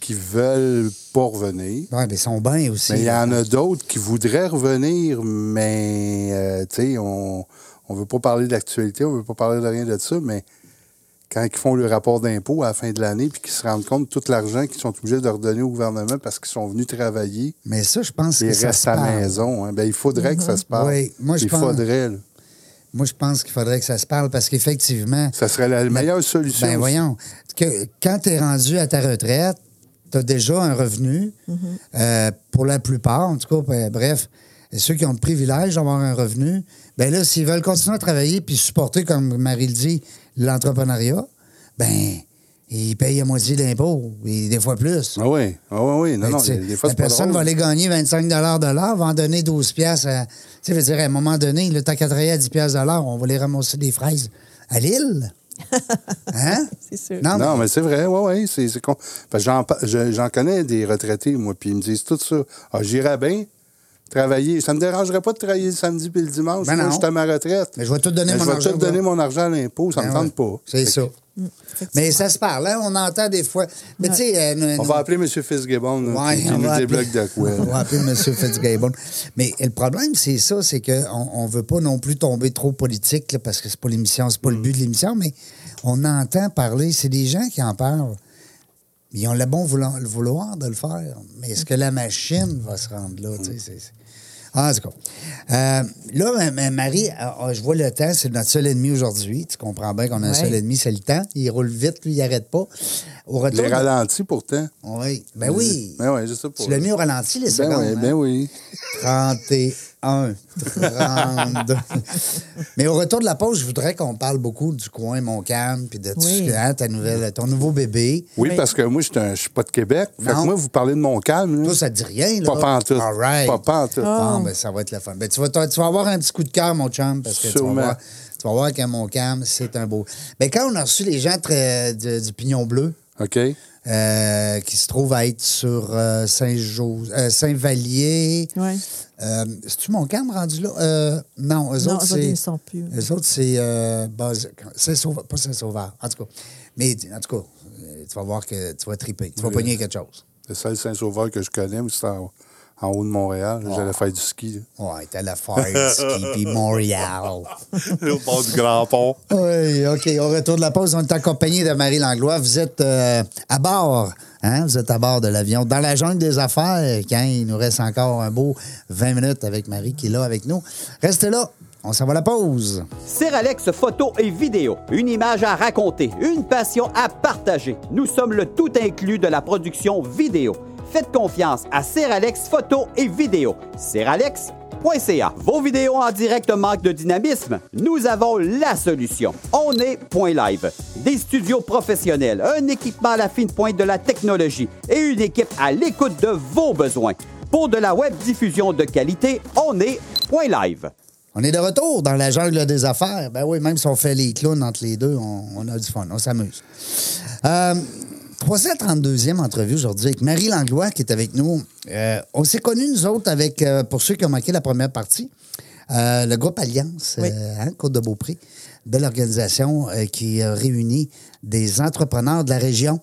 Speaker 2: qui veulent pas revenir.
Speaker 1: Oui, mais ils sont bien aussi.
Speaker 2: Mais il y en a d'autres qui voudraient revenir, mais euh, tu sais, on ne veut pas parler d'actualité, on ne veut pas parler de rien de ça, mais quand ils font le rapport d'impôt à la fin de l'année, puis qu'ils se rendent compte de tout l'argent qu'ils sont obligés de redonner au gouvernement parce qu'ils sont venus travailler,
Speaker 1: Mais ça, je pense
Speaker 2: ils
Speaker 1: que ça
Speaker 2: restent
Speaker 1: se
Speaker 2: à la
Speaker 1: parle. Mm-hmm.
Speaker 2: maison. hein. Ben, il faudrait que ça se parle.
Speaker 1: Oui, moi, je
Speaker 2: il
Speaker 1: pense-
Speaker 2: faudrait. là.
Speaker 1: Moi, je pense qu'il faudrait que ça se parle parce qu'effectivement,
Speaker 2: Ça serait la meilleure solution.
Speaker 1: Ben voyons, que, quand tu es rendu à ta retraite, tu as déjà un revenu. Euh, pour la plupart, en tout cas, ben, bref, ceux qui ont le privilège d'avoir un revenu, ben là, s'ils veulent continuer à travailler puis supporter, comme Marie le dit, l'entrepreneuriat, ben ils payent à moitié d'impôts, et des fois plus.
Speaker 2: Ah oui, ah oui, oui. Non,
Speaker 1: Ben,
Speaker 2: non,
Speaker 1: tu sais,
Speaker 2: des fois,
Speaker 1: la
Speaker 2: c'est pas
Speaker 1: personne
Speaker 2: drôle.
Speaker 1: va aller gagner 25 de l'heure, va en donner 12 piastres. à- Tu sais, je veux dire, à un moment donné, le temps qu'à travailler à 10 piastres de l'heure, on va les ramasser des fraises à Lille. Hein?
Speaker 3: C'est sûr.
Speaker 1: Non,
Speaker 2: Non, mais c'est vrai, oui, oui. C'est, c'est con. Parce que j'en, pa- je- j'en connais des retraités, moi, puis ils me disent tout ça. Ah, j'irais bien travailler. Ça me dérangerait pas de travailler le samedi puis le dimanche.
Speaker 1: Ben
Speaker 2: moi,
Speaker 1: non.
Speaker 2: je suis à ma retraite.
Speaker 1: Mais je vais tout donner mon
Speaker 2: je vais
Speaker 1: argent,
Speaker 2: tout donner
Speaker 1: ouais.
Speaker 2: mon argent à l'impôt. Ça
Speaker 1: Ben
Speaker 2: me
Speaker 1: ouais.
Speaker 2: tente pas.
Speaker 1: C'est
Speaker 2: Fait
Speaker 1: ça.
Speaker 3: Effectivement.
Speaker 1: Mais ça se parle, hein? On entend des fois. Mais tu sais. euh, nous-
Speaker 2: que On va appeler M. Fitzgibbon, là,
Speaker 1: Ouais,
Speaker 2: puis
Speaker 1: on
Speaker 2: il nous
Speaker 1: va
Speaker 2: débloque
Speaker 1: appeler-
Speaker 2: de quoi.
Speaker 1: On va
Speaker 2: là.
Speaker 1: appeler M. Fitzgibbon. Mais le problème, c'est ça, c'est qu'on ne veut pas non plus tomber trop politique, là, parce que c'est pas l'émission, c'est pas le but de l'émission, mais on entend parler, c'est des gens qui en parlent. Ils ont le bon vouloir, le vouloir de le faire, mais est-ce que la machine va se rendre là? tu sais, c'est- c'est- Ah, c'est cool. Euh, là, ma- ma- Marie, ah, ah, je vois le temps, c'est notre seul ennemi aujourd'hui. Tu comprends bien qu'on a un
Speaker 3: Ouais.
Speaker 1: seul ennemi, c'est le temps. Il roule vite, lui, il n'arrête pas. Au
Speaker 2: Je
Speaker 1: retour.
Speaker 2: l'ai ralenti pourtant.
Speaker 1: Oui. Ben oui.
Speaker 2: Ben oui, je sais pas.
Speaker 1: Tu l'as mis au ralenti, les
Speaker 2: Ben
Speaker 1: secondes.
Speaker 2: oui, ben
Speaker 1: hein?
Speaker 2: oui.
Speaker 1: 31, 32. Mais au retour de la pause, je voudrais qu'on parle beaucoup du coin Montcalm, puis de tout
Speaker 3: Oui.
Speaker 1: ce que- hein, ta nouvelle, ton nouveau bébé.
Speaker 2: Oui,
Speaker 3: Oui.
Speaker 2: parce que moi, je suis un- je suis pas de Québec. Fait
Speaker 1: Non.
Speaker 2: que moi, vous parlez de mon calme.
Speaker 1: Toi, ça te dit rien, là?
Speaker 2: Pas pantoute.
Speaker 1: All right.
Speaker 2: Pas pantoute.
Speaker 1: Bon, ben, ça va être le fun. Ben, tu, vas, tu vas avoir un petit coup de cœur, mon chum, parce que tu vas,
Speaker 2: Sûrement.
Speaker 1: voir, tu vas voir qu'à Montcalm, c'est un beau... Ben, quand on a reçu les gens très- de- du Pignon Bleu,
Speaker 2: OK?
Speaker 1: euh, qui se trouvent à être sur euh, Saint-Jo- euh, Saint-Vallier...
Speaker 3: Ouais.
Speaker 1: Euh, C'est-tu mon camp rendu là? Euh, non, eux
Speaker 3: Non,
Speaker 1: autres,
Speaker 3: eux autres,
Speaker 1: c'est.
Speaker 3: ils sont plus.
Speaker 1: Eux autres, c'est. euh, base- Saint-Sauveur- Pas Saint-Sauveur, en tout cas. Mais en tout cas, euh, tu vas voir que tu vas triper. Tu vas
Speaker 2: Oui.
Speaker 1: pogner quelque chose.
Speaker 2: Le seul Saint-Sauveur que je connais, c'est en, en haut de Montréal.
Speaker 1: Ah.
Speaker 2: J'allais faire du ski. là.
Speaker 1: Ouais, t'as la foire, ski, puis Montréal.
Speaker 2: au bord du Grand Pont.
Speaker 1: Oui, OK. Au retour de la pause, on est accompagné de Marie Langlois. Vous êtes euh, à bord, hein? Vous êtes à bord de l'avion, dans la jungle des affaires, quand il nous reste encore un beau 20 minutes avec Marie qui est là avec nous. Restez là, on s'en va à la pause.
Speaker 4: Seralex photo et vidéo. Une image à raconter, une passion à partager. Nous sommes le tout inclus de la production vidéo. Faites confiance à Seralex photo et vidéo. Seralex.ca. Vos vidéos en direct manquent de dynamisme? Nous avons la solution. On est Point Live. Des studios professionnels, un équipement à la fine pointe de la technologie et une équipe à l'écoute de vos besoins. Pour de la web diffusion de qualité, on est Point Live.
Speaker 1: On est de retour dans la jungle des affaires. Ben oui, même si on fait les clowns entre les deux, on, on a du fun, on s'amuse. Euh, 332e entrevue aujourd'hui avec Marie Langlois qui est avec nous. Euh, on s'est connus, nous autres, avec, euh, pour ceux qui ont manqué la première partie, euh, le groupe Alliance,
Speaker 3: Oui.
Speaker 1: euh, hein, Côte de Beaupré, belle organisation euh, qui euh, réunit des entrepreneurs de la région.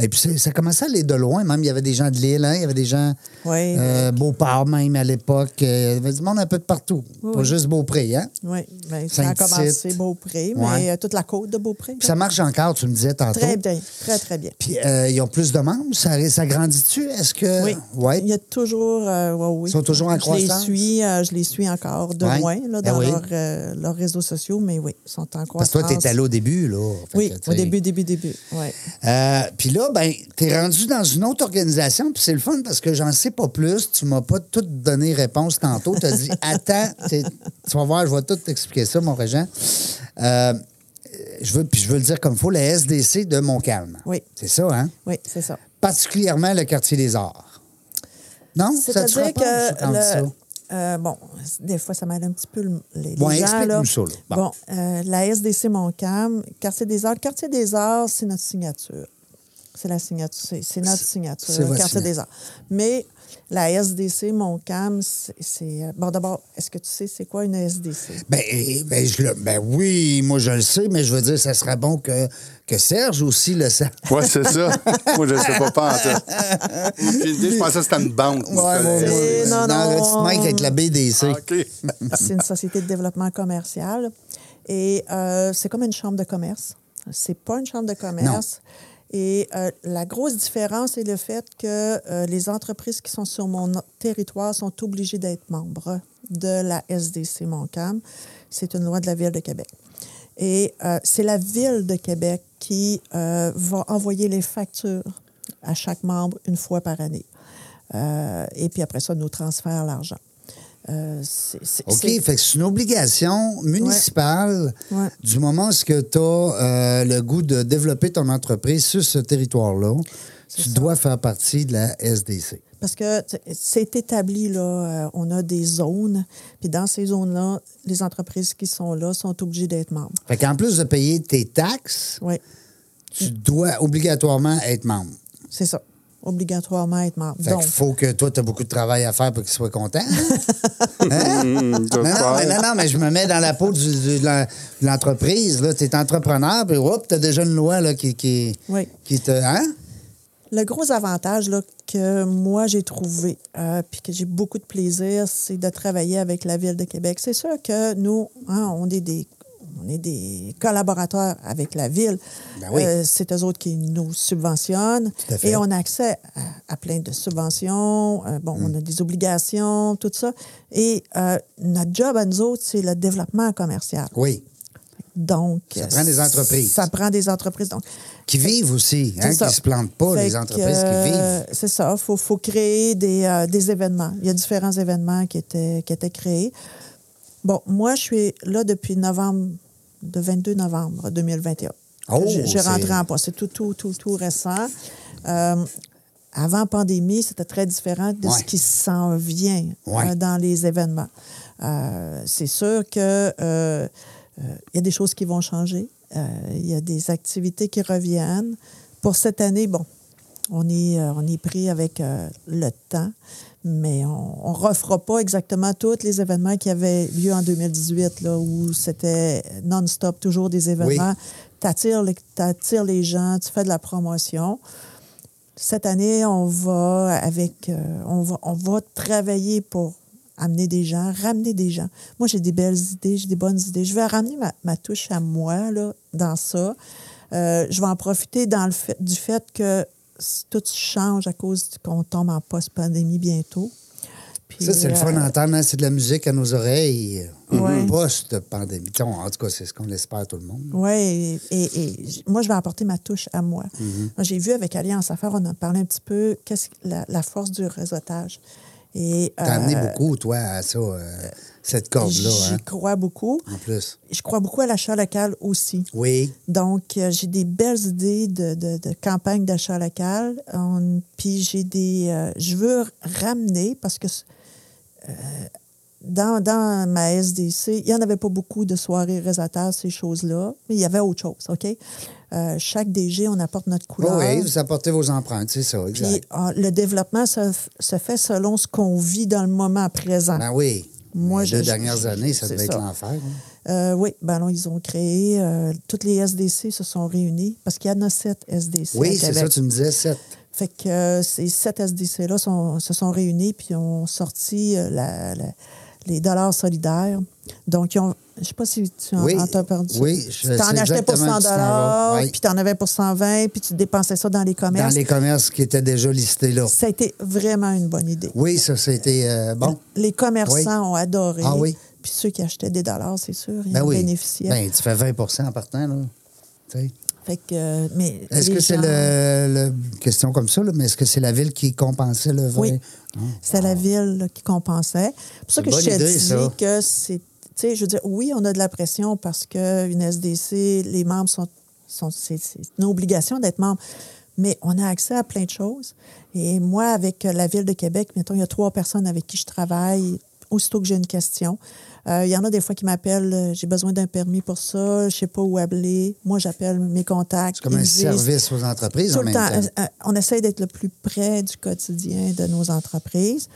Speaker 1: Et puis, c'est- ça commençait à aller de loin, même. Il y avait des gens de Lille, hein, il y avait des gens
Speaker 3: Oui.
Speaker 1: euh, Beauport, même à l'époque. Euh, Il y avait du monde un peu de partout. Pas
Speaker 3: oui.
Speaker 1: juste Beaupré, hein?
Speaker 3: Oui, ben, ça a
Speaker 1: Saint-Tite.
Speaker 3: commencé Beaupré, mais
Speaker 1: Ouais.
Speaker 3: euh, toute la côte de Beaupré.
Speaker 1: Puis ça marche encore, tu me disais tantôt.
Speaker 3: Très bien, très, très bien.
Speaker 1: Puis euh, ils ont plus de membres, ça, ça grandit-tu? Est-ce que.
Speaker 3: Oui.
Speaker 1: Ouais.
Speaker 3: Il y a toujours. euh, ouais, oui.
Speaker 1: Ils sont toujours en croissance?
Speaker 3: Je les suis, euh, je les suis encore de
Speaker 1: Ouais.
Speaker 3: loin là,
Speaker 1: Ben
Speaker 3: dans
Speaker 1: oui.
Speaker 3: leurs euh, leurs réseaux sociaux, mais oui, ils sont en
Speaker 1: Parce
Speaker 3: croissance.
Speaker 1: que toi, t'étais là au début, là. Fait
Speaker 3: Oui,
Speaker 1: que, tu
Speaker 3: au
Speaker 1: sais.
Speaker 3: début, début, début. Oui.
Speaker 1: Euh, puis là, ben, t'es rendu dans une autre organisation, puis c'est le fun parce que j'en sais pas plus. Tu m'as pas tout donné réponse tantôt. T'as dit, attends, t'es- tu vas voir, je vais tout t'expliquer ça, mon régent. Euh, je veux, puis je veux le dire comme il faut, la SDC de Montcalm.
Speaker 3: Oui.
Speaker 1: C'est ça, hein?
Speaker 3: Oui, c'est ça.
Speaker 1: particulièrement le quartier des arts. Non? Ça te
Speaker 3: C'est-à-dire
Speaker 1: rapporte, ça,
Speaker 3: que.
Speaker 1: quand on dit
Speaker 3: le-
Speaker 1: ça?
Speaker 3: euh, bon, des fois, ça mêle un petit peu le- les, les
Speaker 1: Ouais,
Speaker 3: gens. Là.
Speaker 1: explique-nous ça, là. Bon.
Speaker 3: Bon, euh, la SDC Montcalm, Quartier des Arts. Quartier des Arts, c'est notre signature. C'est la signature. C'est c'est notre signature,
Speaker 1: c'est votre
Speaker 3: Quartier
Speaker 1: signature.
Speaker 3: des Arts. Mais la SDC Montcalm, c'est. c'est- euh, Bon, d'abord, est-ce que tu sais c'est quoi une SDC?
Speaker 1: Ben, eh, ben, je le- ben oui, moi je le sais, mais je veux dire, ça serait bon que, que Serge aussi le sache.
Speaker 2: Oui, c'est ça. moi, je ne sais pas pas en tout. J'ai une idée, Je pensais que c'était une banque. moi, je connais.
Speaker 3: ouais. Non,
Speaker 1: Dans le
Speaker 3: non,
Speaker 1: petit mic avec la BDC.
Speaker 2: Ah, OK.
Speaker 3: c'est une société de développement commercial. Et euh, c'est comme une chambre de commerce. C'est pas une chambre de commerce. Et euh, la grosse différence c'est le fait que euh, les entreprises qui sont sur mon territoire sont obligées d'être membres de la SDC Montcalm. C'est une loi de la Ville de Québec. Et euh, c'est la Ville de Québec qui euh, va envoyer les factures à chaque membre une fois par année. Euh, et puis après ça, nous transfère l'argent. Euh, c'est- c'est-
Speaker 1: OK,
Speaker 3: c'est-
Speaker 1: fait que c'est une obligation municipale
Speaker 3: Ouais.
Speaker 1: du moment où tu as euh, le goût de développer ton entreprise sur ce territoire-là. Tu dois faire partie de la SDC.
Speaker 3: Parce que t- c'est établi, là, euh, on a des zones, puis dans ces zones-là, les entreprises qui sont là sont obligées d'être membres.
Speaker 1: Fait qu'en plus de payer tes taxes,
Speaker 3: Oui,
Speaker 1: tu dois obligatoirement être membre.
Speaker 3: c'est ça. Obligatoirement être membre.
Speaker 1: Fait
Speaker 3: Donc,
Speaker 1: qu'il faut que toi, tu as beaucoup de travail à faire pour qu'il soit content.
Speaker 2: Hum, de
Speaker 1: Non, non,
Speaker 2: faire.
Speaker 1: mais, non, non, mais je me mets dans la peau du- du- de l'en- de l'entreprise. Tu es entrepreneur, puis hop, tu as déjà une loi là, qui, qui,
Speaker 3: Oui.
Speaker 1: qui te. Hein?
Speaker 3: le gros avantage là, que moi j'ai trouvé, euh, puis que j'ai beaucoup de plaisir, c'est de travailler avec la Ville de Québec. C'est sûr que nous, hein, on est des on est des collaborateurs avec la Ville. Euh,
Speaker 1: Ben oui.
Speaker 3: c'est eux autres qui nous subventionnent.
Speaker 1: Tout à fait.
Speaker 3: Et on a accès à, à plein de subventions. Euh, bon,
Speaker 1: Mm.
Speaker 3: on a des obligations, tout ça. Et euh, notre job à nous autres, c'est le développement commercial.
Speaker 1: Oui.
Speaker 3: Donc, euh,
Speaker 1: Ça prend des entreprises.
Speaker 3: Ça prend des entreprises. Donc,
Speaker 1: Qui vivent aussi, hein,
Speaker 3: c'est ça.
Speaker 1: qui se plantent pas,
Speaker 3: Fait
Speaker 1: les
Speaker 3: que,
Speaker 1: entreprises qui
Speaker 3: euh,
Speaker 1: vivent.
Speaker 3: C'est ça, il faut, faut créer des, euh, des événements. Il y a différents événements qui étaient, qui étaient créés. Bon, moi, je suis là depuis novembre, de 22 novembre 2021.
Speaker 1: Oh,
Speaker 3: J'ai- J'ai
Speaker 1: c'est-
Speaker 3: rentré en poste. C'est tout, tout, tout, tout récent. Euh, avant pandémie, c'était très différent de
Speaker 1: Ouais.
Speaker 3: ce qui s'en vient
Speaker 1: Ouais.
Speaker 3: euh, dans les événements. Euh, c'est sûr que euh, euh, il y a des choses qui vont changer. Euh, Il y a des activités qui reviennent. Pour cette année, bon, on est, euh, on est pris avec euh, le temps, mais on ne refera pas exactement tous les événements qui avaient lieu en 2018, là, où c'était non-stop, toujours des événements. T'attires les- T'attires les gens, tu fais de la promotion cette année, on va avec, euh, on va, on va travailler pour amener des gens, ramener des gens. Moi, j'ai des belles idées, j'ai des bonnes idées. Je vais ramener ma, ma touche à moi là, dans ça. Euh, je vais en profiter dans le fait, du fait que s- tout change à cause qu'on tombe en post-pandémie bientôt. Puis,
Speaker 1: Ça, c'est le fun
Speaker 3: euh,
Speaker 1: d'entendre, hein, c'est de la musique à nos oreilles. euh,
Speaker 3: Ouais.
Speaker 1: Post-pandémie. Bon, En tout cas, c'est ce qu'on espère à tout le monde.
Speaker 3: Oui, et, et- et j- moi, je vais apporter ma touche à moi.
Speaker 1: Mm-hmm.
Speaker 3: Moi, J'ai vu avec Alliance Affaires, on en parlait un petit peu, qu'est-ce que la, la force du réseautage. Et,
Speaker 1: T'as amené
Speaker 3: euh,
Speaker 1: beaucoup, toi, à ça, euh, cette corde-là,
Speaker 3: J'y
Speaker 1: hein,
Speaker 3: crois beaucoup.
Speaker 1: en plus.
Speaker 3: Je crois beaucoup à l'achat local aussi.
Speaker 1: Oui.
Speaker 3: Donc, euh, j'ai des belles idées de, de, de campagne d'achat local. On- Puis, j'ai des. euh, je veux ramener parce que euh, dans, dans ma SDC, il n'y en avait pas beaucoup de soirées réseautaires, ces choses-là. Mais il y avait autre chose, OK? Euh, chaque DG, on apporte notre couleur.
Speaker 1: oui, vous apportez vos empreintes, c'est ça,
Speaker 3: Puis,
Speaker 1: exact.
Speaker 3: euh, le développement se, f- se fait selon ce qu'on vit dans le moment présent.
Speaker 1: Ben oui.
Speaker 3: Ah. Moi,
Speaker 1: Les
Speaker 3: je-
Speaker 1: deux
Speaker 3: je-
Speaker 1: dernières
Speaker 3: je-
Speaker 1: années, ça
Speaker 3: c'est
Speaker 1: devait être
Speaker 3: ça.
Speaker 1: l'enfer. hein.
Speaker 3: Euh, oui, ben non, ils ont créé. euh, toutes les SDC se sont réunies parce qu'il y en a sept SDC. à
Speaker 1: Oui, c'est
Speaker 3: Québec.
Speaker 1: ça, tu me disais, sept.
Speaker 3: Fait que euh, ces sept SDC-là sont- se sont réunis puis ont sorti euh, la- la- les dollars solidaires. Donc, ils ont, je sais pas si tu en,
Speaker 1: Oui,
Speaker 3: en t'as perdu.
Speaker 1: oui, je
Speaker 3: Tu
Speaker 1: sais
Speaker 3: en achetais pour
Speaker 1: exactement
Speaker 3: 100
Speaker 1: où tu t'en vas, oui.
Speaker 3: puis tu en avais pour 120, puis tu dépensais ça dans les commerces.
Speaker 1: Dans les commerces qui étaient déjà listés là.
Speaker 3: Ça a été vraiment une bonne idée.
Speaker 1: Oui, ça, c'était euh, bon.
Speaker 3: Les commerçants
Speaker 1: Oui.
Speaker 3: ont adoré.
Speaker 1: Ah oui.
Speaker 3: Puis ceux qui achetaient des dollars, c'est sûr, ils
Speaker 1: Ben
Speaker 3: en
Speaker 1: oui.
Speaker 3: bénéficiaient.
Speaker 1: Ben, tu fais 20 en partant, là. Tu sais.
Speaker 3: Fait que, euh, mais
Speaker 1: Est-ce
Speaker 3: les
Speaker 1: que c'est
Speaker 3: gens-
Speaker 1: le, le- Question comme ça, là, mais est-ce que c'est la ville qui compensait le vin?
Speaker 3: Oui. hein. C'est la ville là, qui compensait.
Speaker 1: Ah. C'est
Speaker 3: C'est pour ça que
Speaker 1: une
Speaker 3: je
Speaker 1: bonne
Speaker 3: t'ai
Speaker 1: idée,
Speaker 3: dit
Speaker 1: ça.
Speaker 3: que c'est. Tu sais, je veux dire, oui, on a de la pression parce qu'une SDC, les membres sont. sont c'est c'est une obligation d'être membre. Mais on a accès à plein de choses. Et moi, avec euh, la Ville de Québec, mettons, il y a trois personnes avec qui je travaille aussitôt que j'ai une question. Euh, Il y en a des fois qui m'appellent, euh, j'ai besoin d'un permis pour ça, je sais pas où appeler. Moi, j'appelle mes contacts.
Speaker 1: C'est comme un
Speaker 3: ils me disent-
Speaker 1: service aux entreprises
Speaker 3: tout
Speaker 1: en
Speaker 3: le
Speaker 1: même
Speaker 3: temps.
Speaker 1: temps.
Speaker 3: Euh, euh, On essaie d'être le plus près du quotidien de nos entreprises.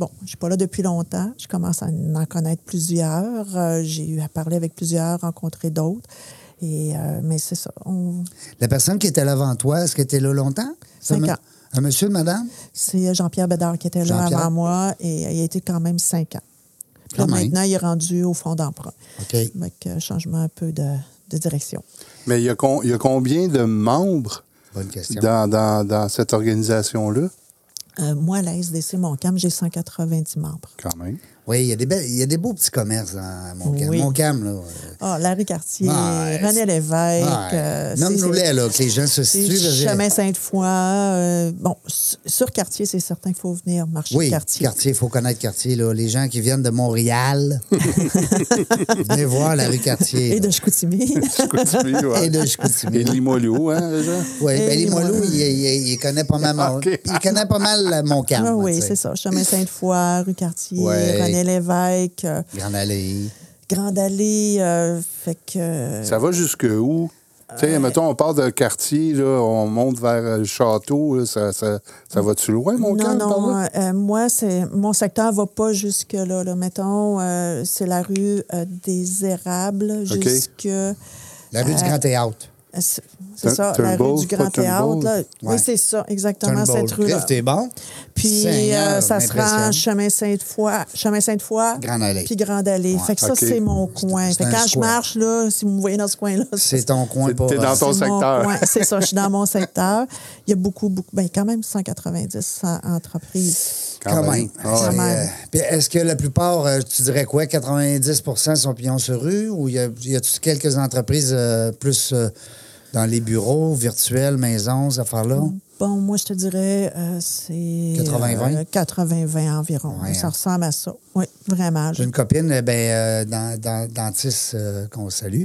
Speaker 3: Bon, je ne suis pas là depuis longtemps. Je commence à en en connaître plusieurs. Euh, J'ai eu à parler avec plusieurs, rencontrer d'autres. Et, euh, mais c'est ça. On-
Speaker 1: La personne qui était là avant toi, est-ce qu'elle était là longtemps?
Speaker 3: Cinq
Speaker 1: Ça me-
Speaker 3: ans.
Speaker 1: Un monsieur, madame?
Speaker 3: C'est Jean-Pierre Bédard qui était là
Speaker 1: Jean-Pierre.
Speaker 3: avant moi et euh, il a été quand même cinq ans. Puis là,
Speaker 1: Quand même.
Speaker 3: maintenant, il est rendu au fond d'emprunt.
Speaker 1: OK.
Speaker 3: Donc, euh, changement un peu de, de direction.
Speaker 2: Mais il y, a con- il y a combien de membres
Speaker 1: Bonne question.
Speaker 2: dans, dans- dans cette organisation-là,
Speaker 3: Euh, moi, à la SDC Montcalm, j'ai 190 membres.
Speaker 2: quand même?
Speaker 1: Oui, il y, a des belles- il y a des beaux petits commerces à Montcalm.
Speaker 3: Oui.
Speaker 1: Montcalm, là. euh,
Speaker 3: Ah, Larry Cartier,
Speaker 1: Ouais,
Speaker 3: René Lévesque.
Speaker 1: ouais.
Speaker 3: euh,
Speaker 1: Nomme-nous-les,
Speaker 3: c'est-
Speaker 1: là, que les gens se
Speaker 3: c'est
Speaker 1: situent. là,
Speaker 3: Chemin Sainte-Foy. euh, bon, su- sur Cartier, c'est certain qu'il faut venir marcher
Speaker 1: Oui,
Speaker 3: Cartier.
Speaker 1: quartier, il faut connaître quartier. Là. Les gens qui viennent de Montréal, venez voir la rue Cartier.
Speaker 3: Et de Chicoutimi.
Speaker 2: Chicoutimi, ouais.
Speaker 1: Et de Chicoutimi.
Speaker 2: Et de Limoilou, hein, Réjean?
Speaker 1: Oui,
Speaker 3: Et
Speaker 1: ben, les
Speaker 3: les
Speaker 1: Moilous,
Speaker 3: Moilous.
Speaker 1: il, il- il connaît pas mal mon,
Speaker 2: Ok.
Speaker 1: il connaît pas mal euh, mon camp.
Speaker 3: Ah
Speaker 1: tu
Speaker 3: oui,
Speaker 1: sais.
Speaker 3: c'est ça. Chemin Sainte-Foy, rue Cartier,
Speaker 1: Ouais.
Speaker 3: René Lévesque, euh,
Speaker 1: Grande Allée.
Speaker 3: Grande Allée. euh, fait que. euh,
Speaker 2: Ça va jusque où? Tu
Speaker 1: Euh,
Speaker 2: sais, mettons, on part d'un quartier, là, on monte vers euh, le château, là, ça, ça, ça
Speaker 1: Mm.
Speaker 2: va-tu loin, mon
Speaker 3: non,
Speaker 2: camp, par
Speaker 3: non.
Speaker 2: là?
Speaker 3: euh, moi, c'est mon secteur va pas jusque-là. là. Mettons, euh, c'est la rue euh, des Érables
Speaker 2: OK.
Speaker 3: jusque.
Speaker 1: La rue du
Speaker 3: Euh,
Speaker 1: Grand Théâtre.
Speaker 3: C'est c'est
Speaker 2: Tur-
Speaker 3: ça, la rue
Speaker 2: Turnbull,
Speaker 3: du Grand
Speaker 2: pas Turnbull.
Speaker 3: Théâtre. là.
Speaker 1: Ouais.
Speaker 3: Oui, c'est ça, exactement, cette
Speaker 1: Turnbull.
Speaker 3: rue-là.
Speaker 1: Cliff, t'es bon?
Speaker 3: Puis
Speaker 1: Seigneur,
Speaker 3: euh, ça se rend
Speaker 1: m'impressionne.
Speaker 3: chemin Sainte-Foy, chemin Sainte-Foy,
Speaker 1: Grande Allée.
Speaker 3: puis Grande Allée. Fait que ça
Speaker 2: OK.
Speaker 3: c'est mon coin.
Speaker 1: c'est
Speaker 3: Fait que
Speaker 1: un
Speaker 3: quand je
Speaker 1: square.
Speaker 3: marche là, si vous me voyez dans ce coin là,
Speaker 1: C'est ton coin
Speaker 2: C'est-
Speaker 1: pour... euh,
Speaker 2: t'es dans ton-
Speaker 3: mon
Speaker 2: secteur.
Speaker 3: coin. C'est ça, je suis dans mon secteur. Il y a beaucoup beaucoup ben quand même 190 100 entreprises.
Speaker 1: Quand même. C'est,
Speaker 2: Ah,
Speaker 3: Quand
Speaker 1: euh,
Speaker 3: Oh, même.
Speaker 1: puis Est-ce que la plupart, euh, tu dirais quoi, 90 sont pignons sur rue ou y a- y a-tu quelques entreprises euh, plus euh, dans les bureaux, virtuels, maisons, ces affaires-là?
Speaker 3: Bon, moi je te dirais euh, c'est
Speaker 1: 80-20?
Speaker 3: 80-20 environ.
Speaker 1: Ouais,
Speaker 3: ça
Speaker 1: hein.
Speaker 3: ressemble à ça. Oui, vraiment.
Speaker 1: J'ai une copine, euh, ben, euh, dans, dans- dentiste euh, qu'on salue,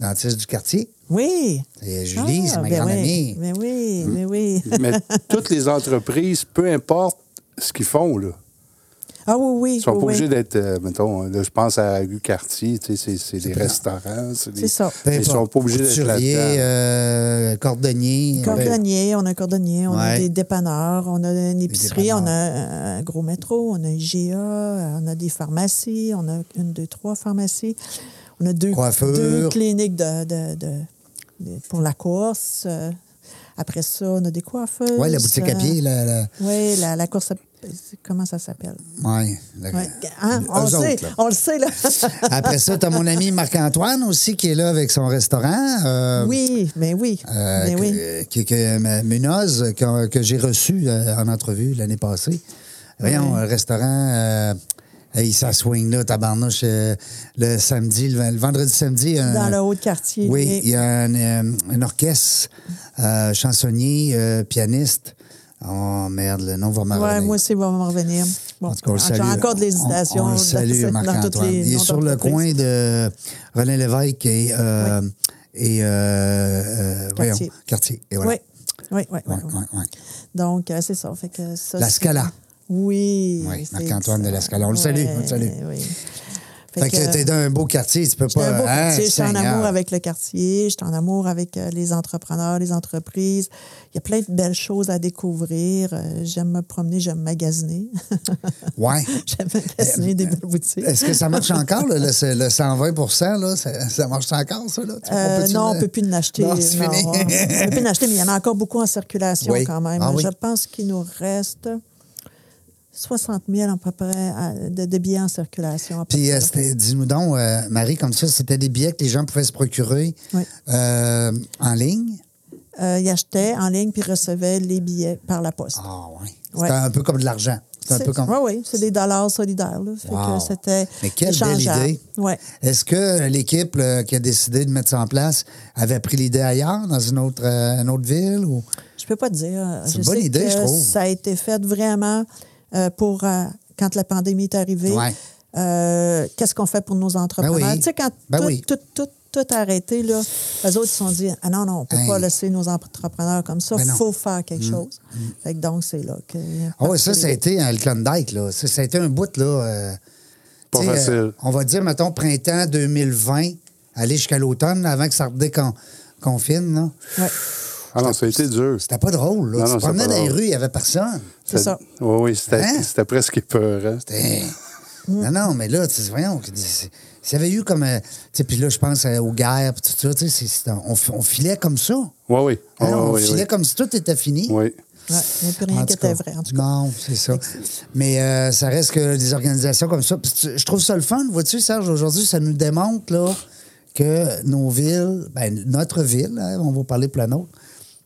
Speaker 1: dentiste du quartier.
Speaker 3: Oui.
Speaker 1: C'est Julie, c'est
Speaker 3: Ah,
Speaker 1: ma
Speaker 3: ben
Speaker 1: grande
Speaker 3: oui,
Speaker 1: amie. Hmm.
Speaker 3: Ben oui, ben oui.
Speaker 2: Mais toutes les entreprises, peu importe ce qu'ils font, là,
Speaker 3: Ah oui, oui.
Speaker 2: ils sont
Speaker 3: oui,
Speaker 2: pas
Speaker 3: oui.
Speaker 2: obligés d'être, euh, mettons, là, je pense à Rue Cartier, tu sais, c'est- c'est des restaurants. C'est des-
Speaker 3: C'est ça.
Speaker 1: Peu
Speaker 2: Ils sont
Speaker 1: importe.
Speaker 2: pas obligés d'être
Speaker 1: Couturier,
Speaker 2: là-dedans.
Speaker 1: euh, cordonnier. Ben,
Speaker 3: Cordonnier, on a un cordonnier, on
Speaker 1: Ouais.
Speaker 3: a des dépanneurs, on a une épicerie,
Speaker 1: dépanneurs.
Speaker 3: on a euh, un gros métro, on a un IGA, euh, on a des pharmacies, on a une, deux, trois pharmacies, on a deux,
Speaker 1: Coiffeur.
Speaker 3: deux cliniques de, de- de- de- pour la course. euh, Après ça, on a des coiffeurs.
Speaker 1: ouais, la boutique
Speaker 3: euh,
Speaker 1: à pied, la. la-
Speaker 3: Oui, la, la course à- Comment ça s'appelle?
Speaker 1: ouais, la-
Speaker 3: Ouais, hein, on,
Speaker 1: Euh, Eux
Speaker 3: le sait,
Speaker 1: autres, là.
Speaker 3: on le sait, là.
Speaker 1: Après ça, tu as mon ami Marc-Antoine aussi qui est là avec son restaurant. euh,
Speaker 3: oui, mais oui.
Speaker 1: euh,
Speaker 3: mais
Speaker 1: que-
Speaker 3: oui.
Speaker 1: qui- que- ma- Munoz, que, que j'ai reçu euh, en entrevue l'année passée. Voyons, un restaurant. euh, hey, ça swing là, tabarnouche, euh, le samedi, le, le vendredi samedi. un-
Speaker 3: Dans le haut de quartier.
Speaker 1: Euh, Oui, il y a un, euh, un orchestre, euh, chansonnier, euh, pianiste. Oh merde, le nom va m'arrêter.
Speaker 3: Ouais, moi aussi, il va me revenir. Bon,
Speaker 1: En tout cas, on le
Speaker 3: j'ai
Speaker 1: salue.
Speaker 3: encore de l'hésitation.
Speaker 1: On, on le
Speaker 3: dans-
Speaker 1: salue,
Speaker 3: dans toutes
Speaker 1: Marc-Antoine.
Speaker 3: les
Speaker 1: Il est
Speaker 3: noms
Speaker 1: sur le
Speaker 3: d'entreprises.
Speaker 1: coin de René Lévesque et, euh, et euh, euh, voyons,
Speaker 3: Cartier.
Speaker 1: Cartier. Et voilà.
Speaker 3: Oui, oui, oui. oui,
Speaker 1: Ouais,
Speaker 3: oui.
Speaker 1: ouais, ouais.
Speaker 3: Donc, euh, c'est ça. Fait que ça
Speaker 1: La
Speaker 3: c'est-
Speaker 1: Scala.
Speaker 3: Oui.
Speaker 1: Oui,
Speaker 3: c'est
Speaker 1: Marc-Antoine de la
Speaker 3: ça.
Speaker 1: Scala. On le salue, on le
Speaker 3: Ouais,
Speaker 1: salue.
Speaker 3: oui.
Speaker 1: Fait que t'es dans un beau quartier, tu peux
Speaker 3: J'étais
Speaker 1: pas.
Speaker 3: un beau
Speaker 1: hein,
Speaker 3: quartier, j'étais en
Speaker 1: Seigneur.
Speaker 3: amour avec le quartier, j'étais en amour avec euh, les entrepreneurs, les entreprises. Il y a plein de belles choses à découvrir. Euh, J'aime me promener, j'aime magasiner.
Speaker 1: Ouais.
Speaker 3: j'aime
Speaker 1: Eh,
Speaker 3: magasiner des belles boutiques.
Speaker 1: Est-ce que ça marche encore, là, le, le 120 là? Ça, ça marche encore, ça? Là? Tu-
Speaker 3: Euh,
Speaker 1: peut-tu
Speaker 3: non, on
Speaker 1: le-
Speaker 3: ne peut plus en acheter.
Speaker 1: Non, c'est
Speaker 3: non,
Speaker 1: fini.
Speaker 3: on peut plus en acheter, mais il y en a encore beaucoup en circulation
Speaker 1: Oui.
Speaker 3: quand même.
Speaker 1: Ah oui.
Speaker 3: Je pense qu'il nous reste 60 000 à peu près à- de, de billets en circulation. à peu
Speaker 1: Puis,
Speaker 3: près.
Speaker 1: euh, c'était- dis-nous donc, euh, Marie, comme ça, c'était des billets que les gens pouvaient se procurer
Speaker 3: Oui.
Speaker 1: euh, en ligne.
Speaker 3: Euh, ils achetaient en ligne puis recevaient les billets par la poste.
Speaker 1: Ah, oui.
Speaker 3: Ouais.
Speaker 1: C'était un peu comme de l'argent. C'était un peu comme.
Speaker 3: Oui, oui, c'est des dollars solidaires. là. Fait que
Speaker 1: Wow.
Speaker 3: c'était
Speaker 1: Mais quelle belle
Speaker 3: échangeable.
Speaker 1: idée.
Speaker 3: Ouais.
Speaker 1: Est-ce que l'équipe là, qui a décidé de mettre ça en place avait pris l'idée ailleurs, dans une autre, euh, une autre ville? Ou...
Speaker 3: Je peux pas te dire. euh,
Speaker 1: C'est
Speaker 3: je
Speaker 1: une bonne
Speaker 3: sais
Speaker 1: idée,
Speaker 3: que
Speaker 1: je trouve.
Speaker 3: Ça a été fait vraiment euh, pour euh, quand la pandémie est arrivée.
Speaker 1: Ouais.
Speaker 3: Euh, Qu'est-ce qu'on fait pour nos entrepreneurs?
Speaker 1: Ben oui.
Speaker 3: Tu sais, quand
Speaker 1: Ben
Speaker 3: tout,
Speaker 1: oui.
Speaker 3: tout, tout, tout a arrêté, là, eux autres se sont dit Ah non, non, on ne peut
Speaker 1: Hein.
Speaker 3: pas laisser nos entrepreneurs comme ça.
Speaker 1: Ben
Speaker 3: Il
Speaker 1: non. Mm.
Speaker 3: faut faire quelque chose. Fait que donc, c'est là que.
Speaker 1: Ah oui, ça, ça a été euh, le Klondike. Là. Ça, ça a été un bout. Là, euh,
Speaker 2: Pas
Speaker 1: tu sais,
Speaker 2: facile.
Speaker 1: euh, on va dire, mettons, printemps 2020, aller jusqu'à l'automne, avant que ça redéconfine. là.
Speaker 3: Ouais,
Speaker 2: Ah non, ça a été dur.
Speaker 1: C'était pas drôle. Là. tu
Speaker 2: Non, non,
Speaker 1: te
Speaker 2: c'était
Speaker 1: promenais
Speaker 2: pas
Speaker 1: dans les
Speaker 2: drôle.
Speaker 1: rues, il n'y avait personne.
Speaker 3: c'est ça.
Speaker 2: Oui, oui, c'était
Speaker 1: Hein?
Speaker 2: c'était presque épeurant.
Speaker 1: Hey.
Speaker 3: Mm.
Speaker 1: Non, non, mais là, tu sais, voyons, que- c'est- s'il y avait eu comme. euh, Tu sais, puis là, je pense euh, aux guerres, puis tout ça, tu sais, c'est- c'est- on, f- on filait comme ça.
Speaker 2: Oui, oui.
Speaker 1: Hein, on
Speaker 2: oui, Ah oui,
Speaker 1: filait
Speaker 2: oui.
Speaker 1: comme si tout était fini.
Speaker 2: Oui.
Speaker 3: Ouais, Il n'y a plus rien
Speaker 1: En
Speaker 3: qui
Speaker 1: tout cas.
Speaker 3: était vrai, en tout cas.
Speaker 1: Non, c'est ça. Mais euh, ça reste que des organisations comme ça. Puis tu- Je trouve ça le fun, vois-tu, Serge, aujourd'hui, ça nous démontre là, que nos villes, ben, notre ville, hein, on va parler pour la nôtre,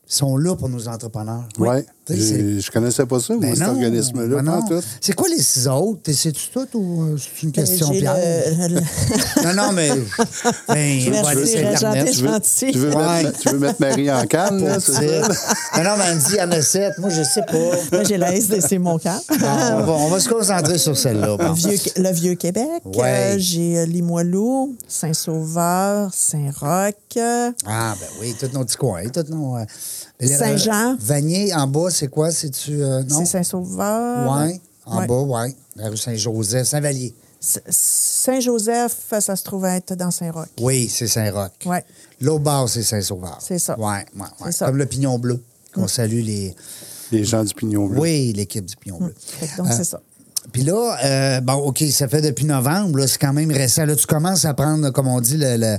Speaker 1: sont là pour nos entrepreneurs.
Speaker 2: Ouais.
Speaker 1: Tu sais, c'est-
Speaker 2: Je, je connaissais pas ça, moi,
Speaker 1: Ben
Speaker 2: cet
Speaker 1: non,
Speaker 2: organisme-là,
Speaker 1: ben
Speaker 2: pas en
Speaker 1: non.
Speaker 2: tout.
Speaker 1: C'est quoi les six autres? C'est-tu tout ou euh, c'est une question
Speaker 3: J'ai
Speaker 1: piège?
Speaker 3: le- le-
Speaker 1: Non, non, mais. Ben,
Speaker 3: Merci,
Speaker 1: voilà, c'est
Speaker 3: Réjean,
Speaker 1: Internet.
Speaker 3: t'es
Speaker 2: Tu veux,
Speaker 3: gentil.
Speaker 2: tu veux
Speaker 1: Ouais.
Speaker 2: mettre, tu veux mettre Marie en canne, là, c'est ça?
Speaker 1: Non, non, mais elle me dit, il y en a sept. Moi, je sais pas.
Speaker 3: Moi, j'ai la SDC Mon Camp.
Speaker 1: Bon, on, va, on va se concentrer sur celle-là. bon.
Speaker 3: Le Vieux- le Vieux-Québec.
Speaker 1: Ah, Ouais.
Speaker 3: euh, j'ai euh, Limoilou, Saint-Sauveur, Saint-Roch. euh,
Speaker 1: Ah, ben oui, tous nos petits coins, tous nos. euh, les-
Speaker 3: Saint-Jean.
Speaker 1: euh, Vanier, en bas, c'est quoi? C'est-tu. euh, non?
Speaker 3: C'est Saint-Sauveur.
Speaker 1: Ouais, en
Speaker 3: Ouais.
Speaker 1: bas, oui. La rue Saint-Joseph, Saint-Vallier.
Speaker 3: S- Saint-Joseph, euh, ça se trouve être dans Saint-Roch.
Speaker 1: Oui, c'est Saint-Roch.
Speaker 3: Ouais.
Speaker 1: L'autre bord, c'est Saint-Sauveur.
Speaker 3: C'est ça.
Speaker 1: Oui, oui,
Speaker 3: C'est ça. Mm.
Speaker 1: Comme le pignon bleu, qu'on salue les.
Speaker 2: Les gens du Pignon Bleu.
Speaker 1: Oui, l'équipe du
Speaker 3: Mm.
Speaker 1: pignon bleu.
Speaker 3: Fait que donc,
Speaker 1: Euh,
Speaker 3: c'est ça.
Speaker 1: Puis là, euh, bon, OK, ça fait depuis novembre, là, c'est quand même récent. Là, tu commences à prendre, comme on dit, le, le,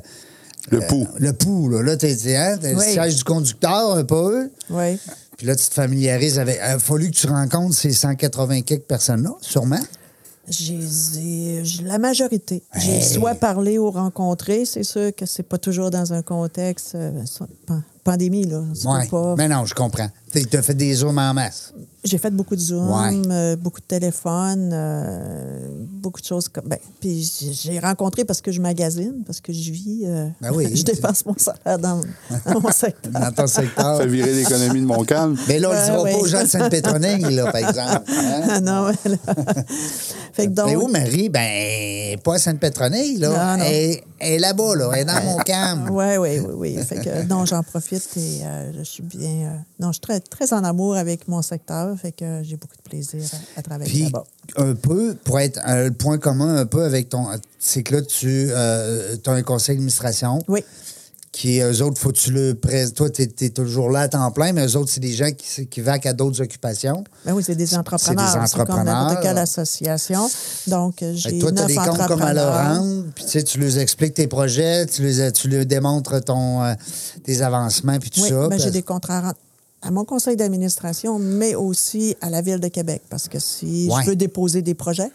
Speaker 2: Le pouls.
Speaker 1: le pouls. Là, là t'es, t'es, hein, t'es le
Speaker 3: Oui.
Speaker 1: siège du conducteur, un peu.
Speaker 3: Oui.
Speaker 1: Puis là, tu te familiarises avec. Il a fallu que tu rencontres ces 180 quelques personnes-là, sûrement.
Speaker 3: J'ai- J'ai j'ai la majorité. J'ai
Speaker 1: Hey.
Speaker 3: soit parlé ou rencontré. C'est sûr que c'est pas toujours dans un contexte euh, so- pan- pandémie. là. On se peut
Speaker 1: Oui.
Speaker 3: pas-
Speaker 1: Mais non, je comprends. Tu as fait des zooms en masse.
Speaker 3: J'ai fait beaucoup de Zoom,
Speaker 1: Ouais.
Speaker 3: euh, beaucoup de téléphones, euh, beaucoup de choses comme. Ben, puis j'ai- j'ai rencontré parce que je magasine, parce que je vis. euh,
Speaker 1: Ben oui.
Speaker 3: je dépense mon salaire dans, dans mon secteur.
Speaker 1: Dans ton secteur.
Speaker 2: Ça virait l'économie de mon calme.
Speaker 1: Mais là, on ne le dira
Speaker 3: Ouais,
Speaker 1: pas
Speaker 3: ouais.
Speaker 1: aux gens de Sainte-Pétronille, là, par exemple. Hein?
Speaker 3: Ah non, mais là- fait que donc,
Speaker 1: Mais où Marie? Ben, pas à Sainte-Pétronille, là.
Speaker 3: Non, non.
Speaker 1: Elle, elle est là-bas, là. Elle est dans mon camp.
Speaker 3: Oui, oui, oui, oui. Fait que non, j'en profite et euh, je suis bien. euh, non, je suis très, très en amour avec mon secteur. Fait que euh, j'ai beaucoup de plaisir à, à travailler
Speaker 1: Puis,
Speaker 3: là-bas.
Speaker 1: un peu, pour être euh, le point commun un peu avec ton. C'est que là, tu as un conseil d'administration
Speaker 3: Oui.
Speaker 1: qui, eux autres, faut que tu le pré- Toi, tu es, toujours là à temps plein, mais eux autres, c'est des gens qui, s- qui vaquent à d'autres occupations.
Speaker 3: Ben oui, c'est des entrepreneurs. comme
Speaker 1: entrepreneurs.
Speaker 3: n'importe quelle association. Donc, euh,
Speaker 1: Fait que
Speaker 3: j'ai
Speaker 1: toi, tu as
Speaker 3: neuf
Speaker 1: des comptes comme à leur
Speaker 3: entrepreneurs.
Speaker 1: rendre, puis tu sais, tu leur expliques tes projets, tu leur, tu leur démontres ton, euh, tes avancements, puis tout
Speaker 3: Oui,
Speaker 1: ça.
Speaker 3: ben,
Speaker 1: puis-
Speaker 3: j'ai des contrats à rendre à mon conseil d'administration, mais aussi à la Ville de Québec. Parce que si
Speaker 1: Ouais.
Speaker 3: je veux déposer des projets,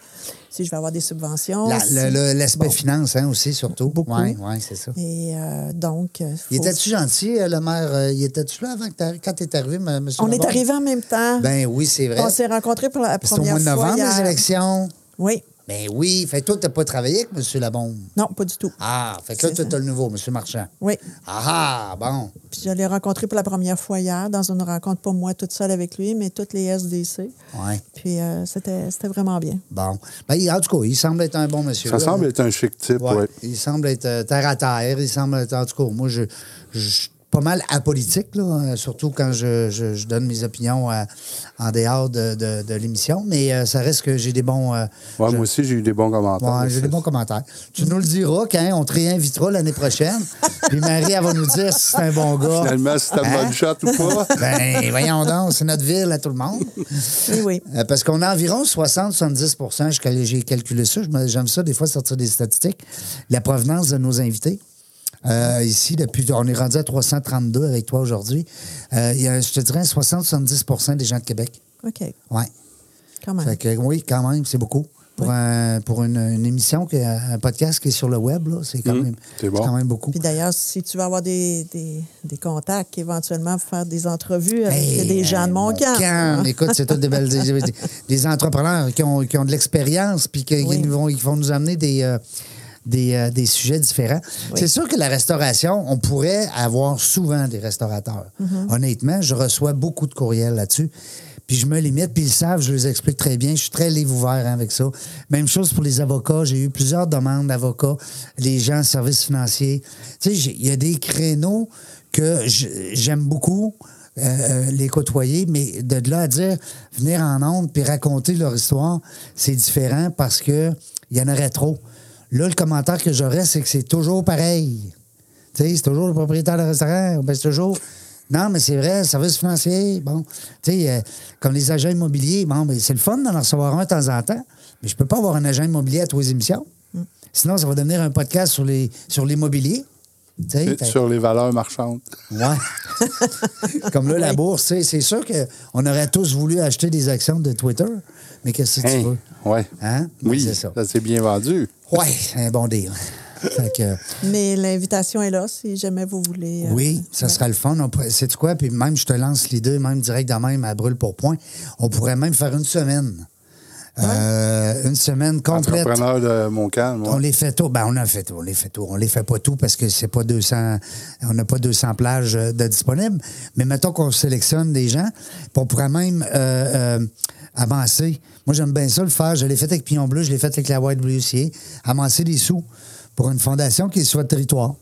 Speaker 3: si je veux avoir des subventions.
Speaker 1: La-
Speaker 3: si-
Speaker 1: le- le- L'aspect
Speaker 3: Bon.
Speaker 1: finance, hein, aussi, surtout.
Speaker 3: Beaucoup.
Speaker 1: Oui, ouais, c'est ça.
Speaker 3: Et euh, donc. euh, faut-
Speaker 1: Il était-tu gentil, euh, le maire? euh, Il était-tu là avant que t'arri- quand t'es arrivé, m- monsieur
Speaker 3: On est
Speaker 1: Lambert?
Speaker 3: arrivés en même temps.
Speaker 1: Ben oui, c'est vrai.
Speaker 3: On s'est rencontrés pour la
Speaker 1: C'est au
Speaker 3: première
Speaker 1: mois de
Speaker 3: fois.
Speaker 1: novembre,
Speaker 3: hier.
Speaker 1: les élections.
Speaker 3: Oui.
Speaker 1: Ben oui. Fait que toi, t'as pas travaillé avec M. Labombe.
Speaker 3: Non, pas du tout.
Speaker 1: Ah, fait que là,
Speaker 3: C'est
Speaker 1: toi,
Speaker 3: ça.
Speaker 1: t'as le nouveau, M. Marchand.
Speaker 3: Oui.
Speaker 1: Ah, ah, bon.
Speaker 3: Puis je l'ai rencontré pour la première fois hier dans une rencontre, pas moi toute seule avec lui, mais toutes les SDC.
Speaker 1: Ouais,
Speaker 3: Puis euh, c'était c'était vraiment bien.
Speaker 1: bon. Ben, il- en tout cas, il semble être un bon monsieur.
Speaker 2: Ça
Speaker 1: là.
Speaker 2: semble être un chic type,
Speaker 1: Ouais.
Speaker 2: oui.
Speaker 1: Il semble être euh, terre à terre. Il semble être, en tout cas, moi, je, je suis pas mal apolitique, là, euh, surtout quand je, je- je donne mes opinions euh, en dehors de, de- de l'émission. Mais euh, ça reste que j'ai des bons. euh,
Speaker 2: Ouais,
Speaker 1: je-
Speaker 2: Moi aussi, j'ai eu des bons commentaires.
Speaker 1: Ouais, j'ai des bons commentaires. Tu nous le diras quand on te réinvitera l'année prochaine. Puis Marie, elle va nous dire si c'est un bon gars.
Speaker 2: Finalement, si t'as
Speaker 1: Hein?
Speaker 2: bonne shot ou pas.
Speaker 1: Ben, voyons donc, c'est notre ville à tout le monde.
Speaker 3: Oui, oui.
Speaker 1: Euh, parce qu'on a environ 60-70 je cal- j'ai calculé ça, je me- j'aime ça des fois sortir des statistiques, la provenance de nos invités. Euh, ici, depuis, on est rendu à 332 avec toi aujourd'hui. Euh, il y a, je te dirais 60-70 des gens de Québec.
Speaker 3: OK,
Speaker 1: Ouais.
Speaker 3: quand même.
Speaker 1: Fait que, oui, quand même, c'est beaucoup. Pour,
Speaker 3: Ouais.
Speaker 1: un- pour une, une émission, qui- un podcast qui est sur le web, là, c'est quand, même-
Speaker 2: Mmh. C'est bon.
Speaker 1: c'est quand même beaucoup.
Speaker 3: Puis d'ailleurs, si tu veux avoir des, des, des contacts, éventuellement pour faire des entrevues avec
Speaker 1: Hey,
Speaker 3: euh, des gens de mon camp.
Speaker 1: Ben, camp. Écoute, c'est tous des belles des, des entrepreneurs qui ont, qui ont de l'expérience puis qui, qui
Speaker 3: Oui.
Speaker 1: nous vont, qui vont nous amener des, euh, des, euh, des sujets différents.
Speaker 3: Oui.
Speaker 1: C'est sûr que la restauration, on pourrait avoir souvent des restaurateurs.
Speaker 3: Mhm.
Speaker 1: Honnêtement, je reçois beaucoup de courriels là-dessus. Puis je me limite, puis ils le savent, je les explique très bien. Je suis très livre ouvert hein, avec ça. Même chose pour les avocats. J'ai eu plusieurs demandes d'avocats, les gens en services financiers. Tu sais, j'ai- il y a des créneaux que je- j'aime beaucoup euh, les côtoyer, mais de de là à dire venir en onde puis raconter leur histoire, c'est différent parce que il y en aurait trop. Là, le commentaire que j'aurais, c'est que c'est toujours pareil. Tu sais, c'est toujours le propriétaire de restaurant. Ben, c'est toujours. Non, mais c'est vrai, service financier. Bon, tu sais, euh, comme les agents immobiliers, bon, ben, c'est le fun d'en recevoir un de temps en temps, mais je peux pas avoir un agent immobilier à tous les émissions. Sinon, ça va devenir un podcast sur les sur l'immobilier. Tu sais, fait-
Speaker 2: Sur les valeurs marchandes.
Speaker 1: Ouais. Comme là, la bourse, tu sais, c'est sûr qu'on aurait tous voulu acheter des actions de Twitter, mais qu'est-ce que tu
Speaker 2: Hein?
Speaker 1: veux?
Speaker 2: Ouais.
Speaker 1: Hein?
Speaker 2: Oui,
Speaker 1: C'est ça.
Speaker 2: ça s'est bien vendu.
Speaker 1: Ouais, un bon deal. Fait que,
Speaker 3: Mais l'invitation est là si jamais vous voulez. euh,
Speaker 1: oui, ça
Speaker 3: ouais.
Speaker 1: serait le fun. C'est tu quoi? Puis même, je te lance l'idée, même direct dans même à brûle pour point. On pourrait même faire une semaine. Euh, une semaine complète.
Speaker 2: Entrepreneur de mon calme.
Speaker 1: On les fait tout. Ben, on a fait tout. On les fait tout. On les fait pas tout parce que c'est pas 200. On n'a pas 200 plages euh, de disponibles. Mais mettons qu'on sélectionne des gens. puis on pourrait même euh, euh, avancer. Moi, j'aime bien ça le faire. Je l'ai fait avec Pignon Bleu. Je l'ai fait avec la YWCA. Avancer des sous pour une fondation qui est sur le territoire.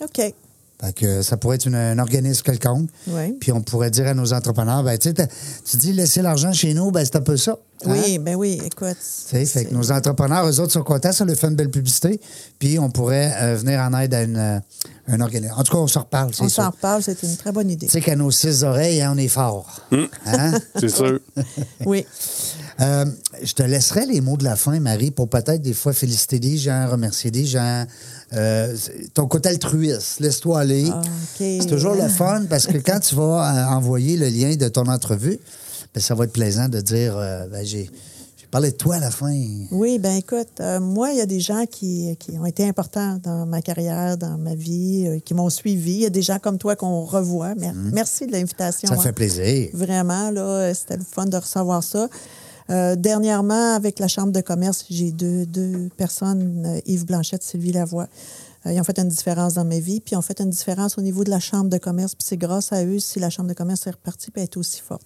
Speaker 1: Hein?
Speaker 3: OK.
Speaker 1: Fait que ça pourrait être une- un organisme quelconque.
Speaker 3: Oui.
Speaker 1: Puis on pourrait dire à nos entrepreneurs, ben, tu sais, t'as- tu dis laisser l'argent chez nous, ben, c'est un peu ça. hein?
Speaker 3: Oui, ben oui, écoute.
Speaker 1: Tu sais, fait que nos entrepreneurs, eux autres, sont contents, ça leur fait une belle publicité. Puis on pourrait euh, venir en aide à une, euh, un organisme. En tout cas, on s'en reparle, c'est
Speaker 3: On s'en
Speaker 1: sûr.
Speaker 3: reparle, c'est une très bonne idée.
Speaker 1: Tu sais qu'à nos six oreilles, hein, on est fort. Hein?
Speaker 2: C'est sûr.
Speaker 3: Oui.
Speaker 1: Euh, je te laisserai les mots de la fin, Marie, pour peut-être des fois féliciter des gens, remercier des gens. Euh, c'est- ton côté altruiste, laisse-toi aller.
Speaker 3: Ah, OK.
Speaker 1: C'est toujours le fun parce que quand tu vas euh, envoyer le lien de ton entrevue, ben, ça va être plaisant de dire euh, ben, j'ai j'ai parlé de toi à la fin.
Speaker 3: Oui, ben écoute, euh, moi, il y a des gens qui, qui ont été importants dans ma carrière, dans ma vie, euh, qui m'ont suivi. Il y a des gens comme toi qu'on revoit. Mer- Merci de l'invitation.
Speaker 1: Mm. Ça
Speaker 3: hein.
Speaker 1: fait plaisir.
Speaker 3: Vraiment, là, euh, c'était le fun de recevoir ça. Euh, dernièrement, avec la Chambre de commerce, j'ai deux, deux personnes, euh, Yves Blanchette, Sylvie Lavoie. Euh, ils ont fait une différence dans ma vie, puis ils ont fait une différence au niveau de la Chambre de commerce. Puis c'est grâce à eux si la Chambre de commerce est repartie puis elle est aussi forte.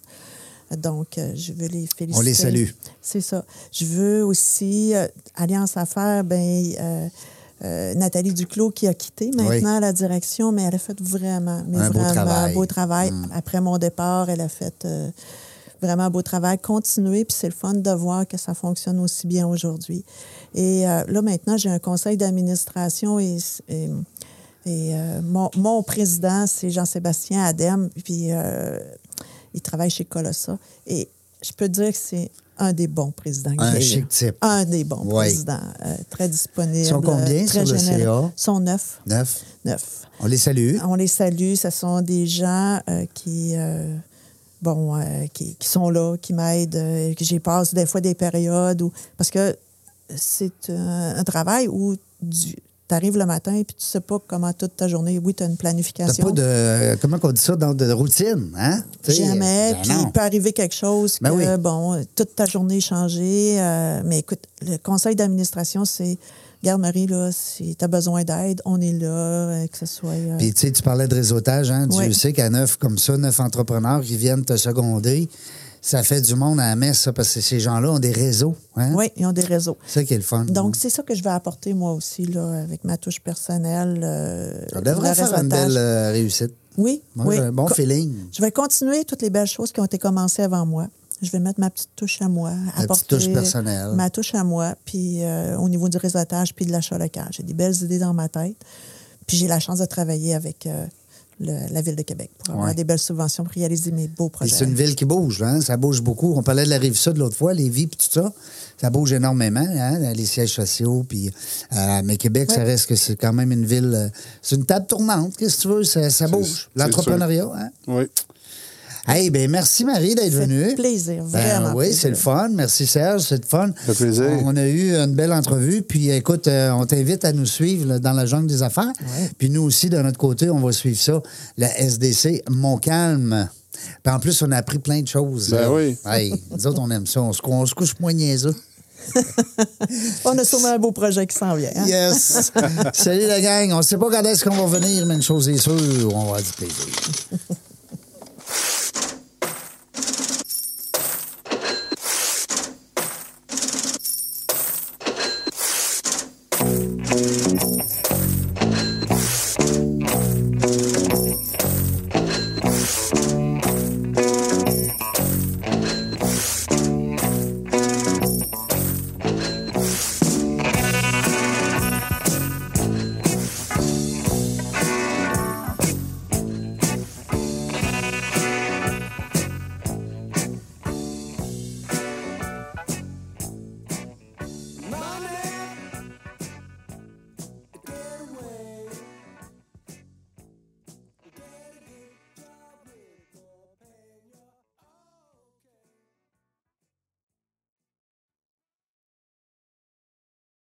Speaker 3: Donc, euh, je veux les féliciter.
Speaker 1: On les salue.
Speaker 3: C'est ça. Je veux aussi, euh, Alliance Affaires, ben, euh, euh, Nathalie Duclos qui a quitté maintenant la direction, mais elle a fait vraiment, mais
Speaker 1: Un beau
Speaker 3: vraiment
Speaker 1: travail. Mm.
Speaker 3: beau travail. Après mon départ, elle a fait euh, vraiment un beau travail. Continuer, puis c'est le fun de voir que ça fonctionne aussi bien aujourd'hui. Et euh, là, maintenant, j'ai un conseil d'administration et, et- et, euh, mon, mon président, c'est Jean-Sébastien Adem, puis euh, il travaille chez Colossa. Et je peux dire que c'est un des bons présidents. que
Speaker 1: Un
Speaker 3: j'ai eu.
Speaker 1: chic type.
Speaker 3: Un des bons
Speaker 1: Oui.
Speaker 3: présidents. euh, très disponible.
Speaker 1: Ils sont combien
Speaker 3: euh, très
Speaker 1: sur le
Speaker 3: généreux.
Speaker 1: CA?
Speaker 3: Ils sont neuf.
Speaker 1: Neuf.
Speaker 3: Neuf.
Speaker 1: On les salue.
Speaker 3: Ah, On les salue. Ce sont des gens euh, qui, euh, bon, euh, qui, qui sont là, qui m'aident. euh, que J'y passe des fois des périodes où, parce que c'est euh, un, un travail où tu arrives le matin et puis tu sais pas comment toute ta journée. Oui, tu as
Speaker 1: T'as
Speaker 3: une planification.
Speaker 1: pas de. euh, Comment qu'on dit ça? Dans de routine, hein? Tu sais,
Speaker 3: Jamais.
Speaker 1: ben
Speaker 3: Puis
Speaker 1: non.
Speaker 3: il peut arriver quelque chose
Speaker 1: Ben
Speaker 3: que,
Speaker 1: oui.
Speaker 3: bon, toute ta journée est changée. euh, mais écoute, le conseil d'administration, c'est Garde Marie, là, si tu as besoin d'aide, on est là, euh, que ce soit. euh,
Speaker 1: Puis, tu sais, tu parlais de réseautage, hein? Dieu
Speaker 3: Oui.
Speaker 1: sait qu'à neuf comme ça, neuf entrepreneurs qui viennent te seconder, ça fait du monde à la messe, ça, parce que ces gens-là ont des réseaux, hein?
Speaker 3: oui, ils ont des réseaux.
Speaker 1: C'est ça qui est le fun.
Speaker 3: Donc,
Speaker 1: hein?
Speaker 3: c'est ça que je vais apporter moi aussi, là, avec ma touche personnelle. euh,
Speaker 1: ça
Speaker 3: le
Speaker 1: devrait faire une
Speaker 3: réseautage.
Speaker 1: belle euh, réussite.
Speaker 3: Oui,
Speaker 1: Moi,
Speaker 3: oui.
Speaker 1: j'ai un bon
Speaker 3: Co-
Speaker 1: feeling.
Speaker 3: Je vais continuer toutes les belles choses qui ont été commencées avant moi. Je vais mettre ma petite touche à moi.
Speaker 1: petite touche personnelle.
Speaker 3: Ma touche à moi, puis euh, au niveau du réseautage, puis de l'achat local. J'ai des belles idées dans ma tête. Puis j'ai la chance de travailler avec euh, le- la Ville de Québec pour avoir
Speaker 1: Ouais.
Speaker 3: des belles subventions, pour réaliser mes beaux
Speaker 1: Puis
Speaker 3: projets.
Speaker 1: c'est une ville qui bouge, hein? ça bouge beaucoup. On parlait de la rive sud l'autre fois, Lévis, puis tout ça. Ça bouge énormément, hein? les sièges sociaux. Puis, euh, mais Québec, ça
Speaker 3: Ouais.
Speaker 1: reste que c'est quand même une ville. euh, c'est une table tournante, qu'est-ce que tu veux? Ça, ça bouge.
Speaker 2: sûr.
Speaker 1: L'entrepreneuriat. Hein?
Speaker 2: Oui.
Speaker 1: Hey, ben merci Marie d'être
Speaker 3: Ça fait
Speaker 1: venue.
Speaker 3: plaisir,
Speaker 1: Ben
Speaker 3: vraiment
Speaker 1: oui,
Speaker 3: plaisir.
Speaker 1: c'est le fun. Merci Serge, c'est le fun.
Speaker 2: Ça fait plaisir.
Speaker 1: On a eu une belle entrevue. Puis écoute, euh, on t'invite à nous suivre là, dans la jungle des affaires. Puis nous aussi, de notre côté, on va suivre ça. La SDC, Mon Calme. Puis en plus, on a appris plein de choses.
Speaker 2: Ben
Speaker 1: là.
Speaker 2: oui.
Speaker 1: Hey, nous autres, on aime ça. On se, cou- on se couche moins niaiseux.
Speaker 3: On a sûrement un beau projet qui s'en vient. hein?
Speaker 1: Yes! Salut la gang. On ne sait pas quand est-ce qu'on va venir, mais une chose est sûre, on va avoir du plaisir.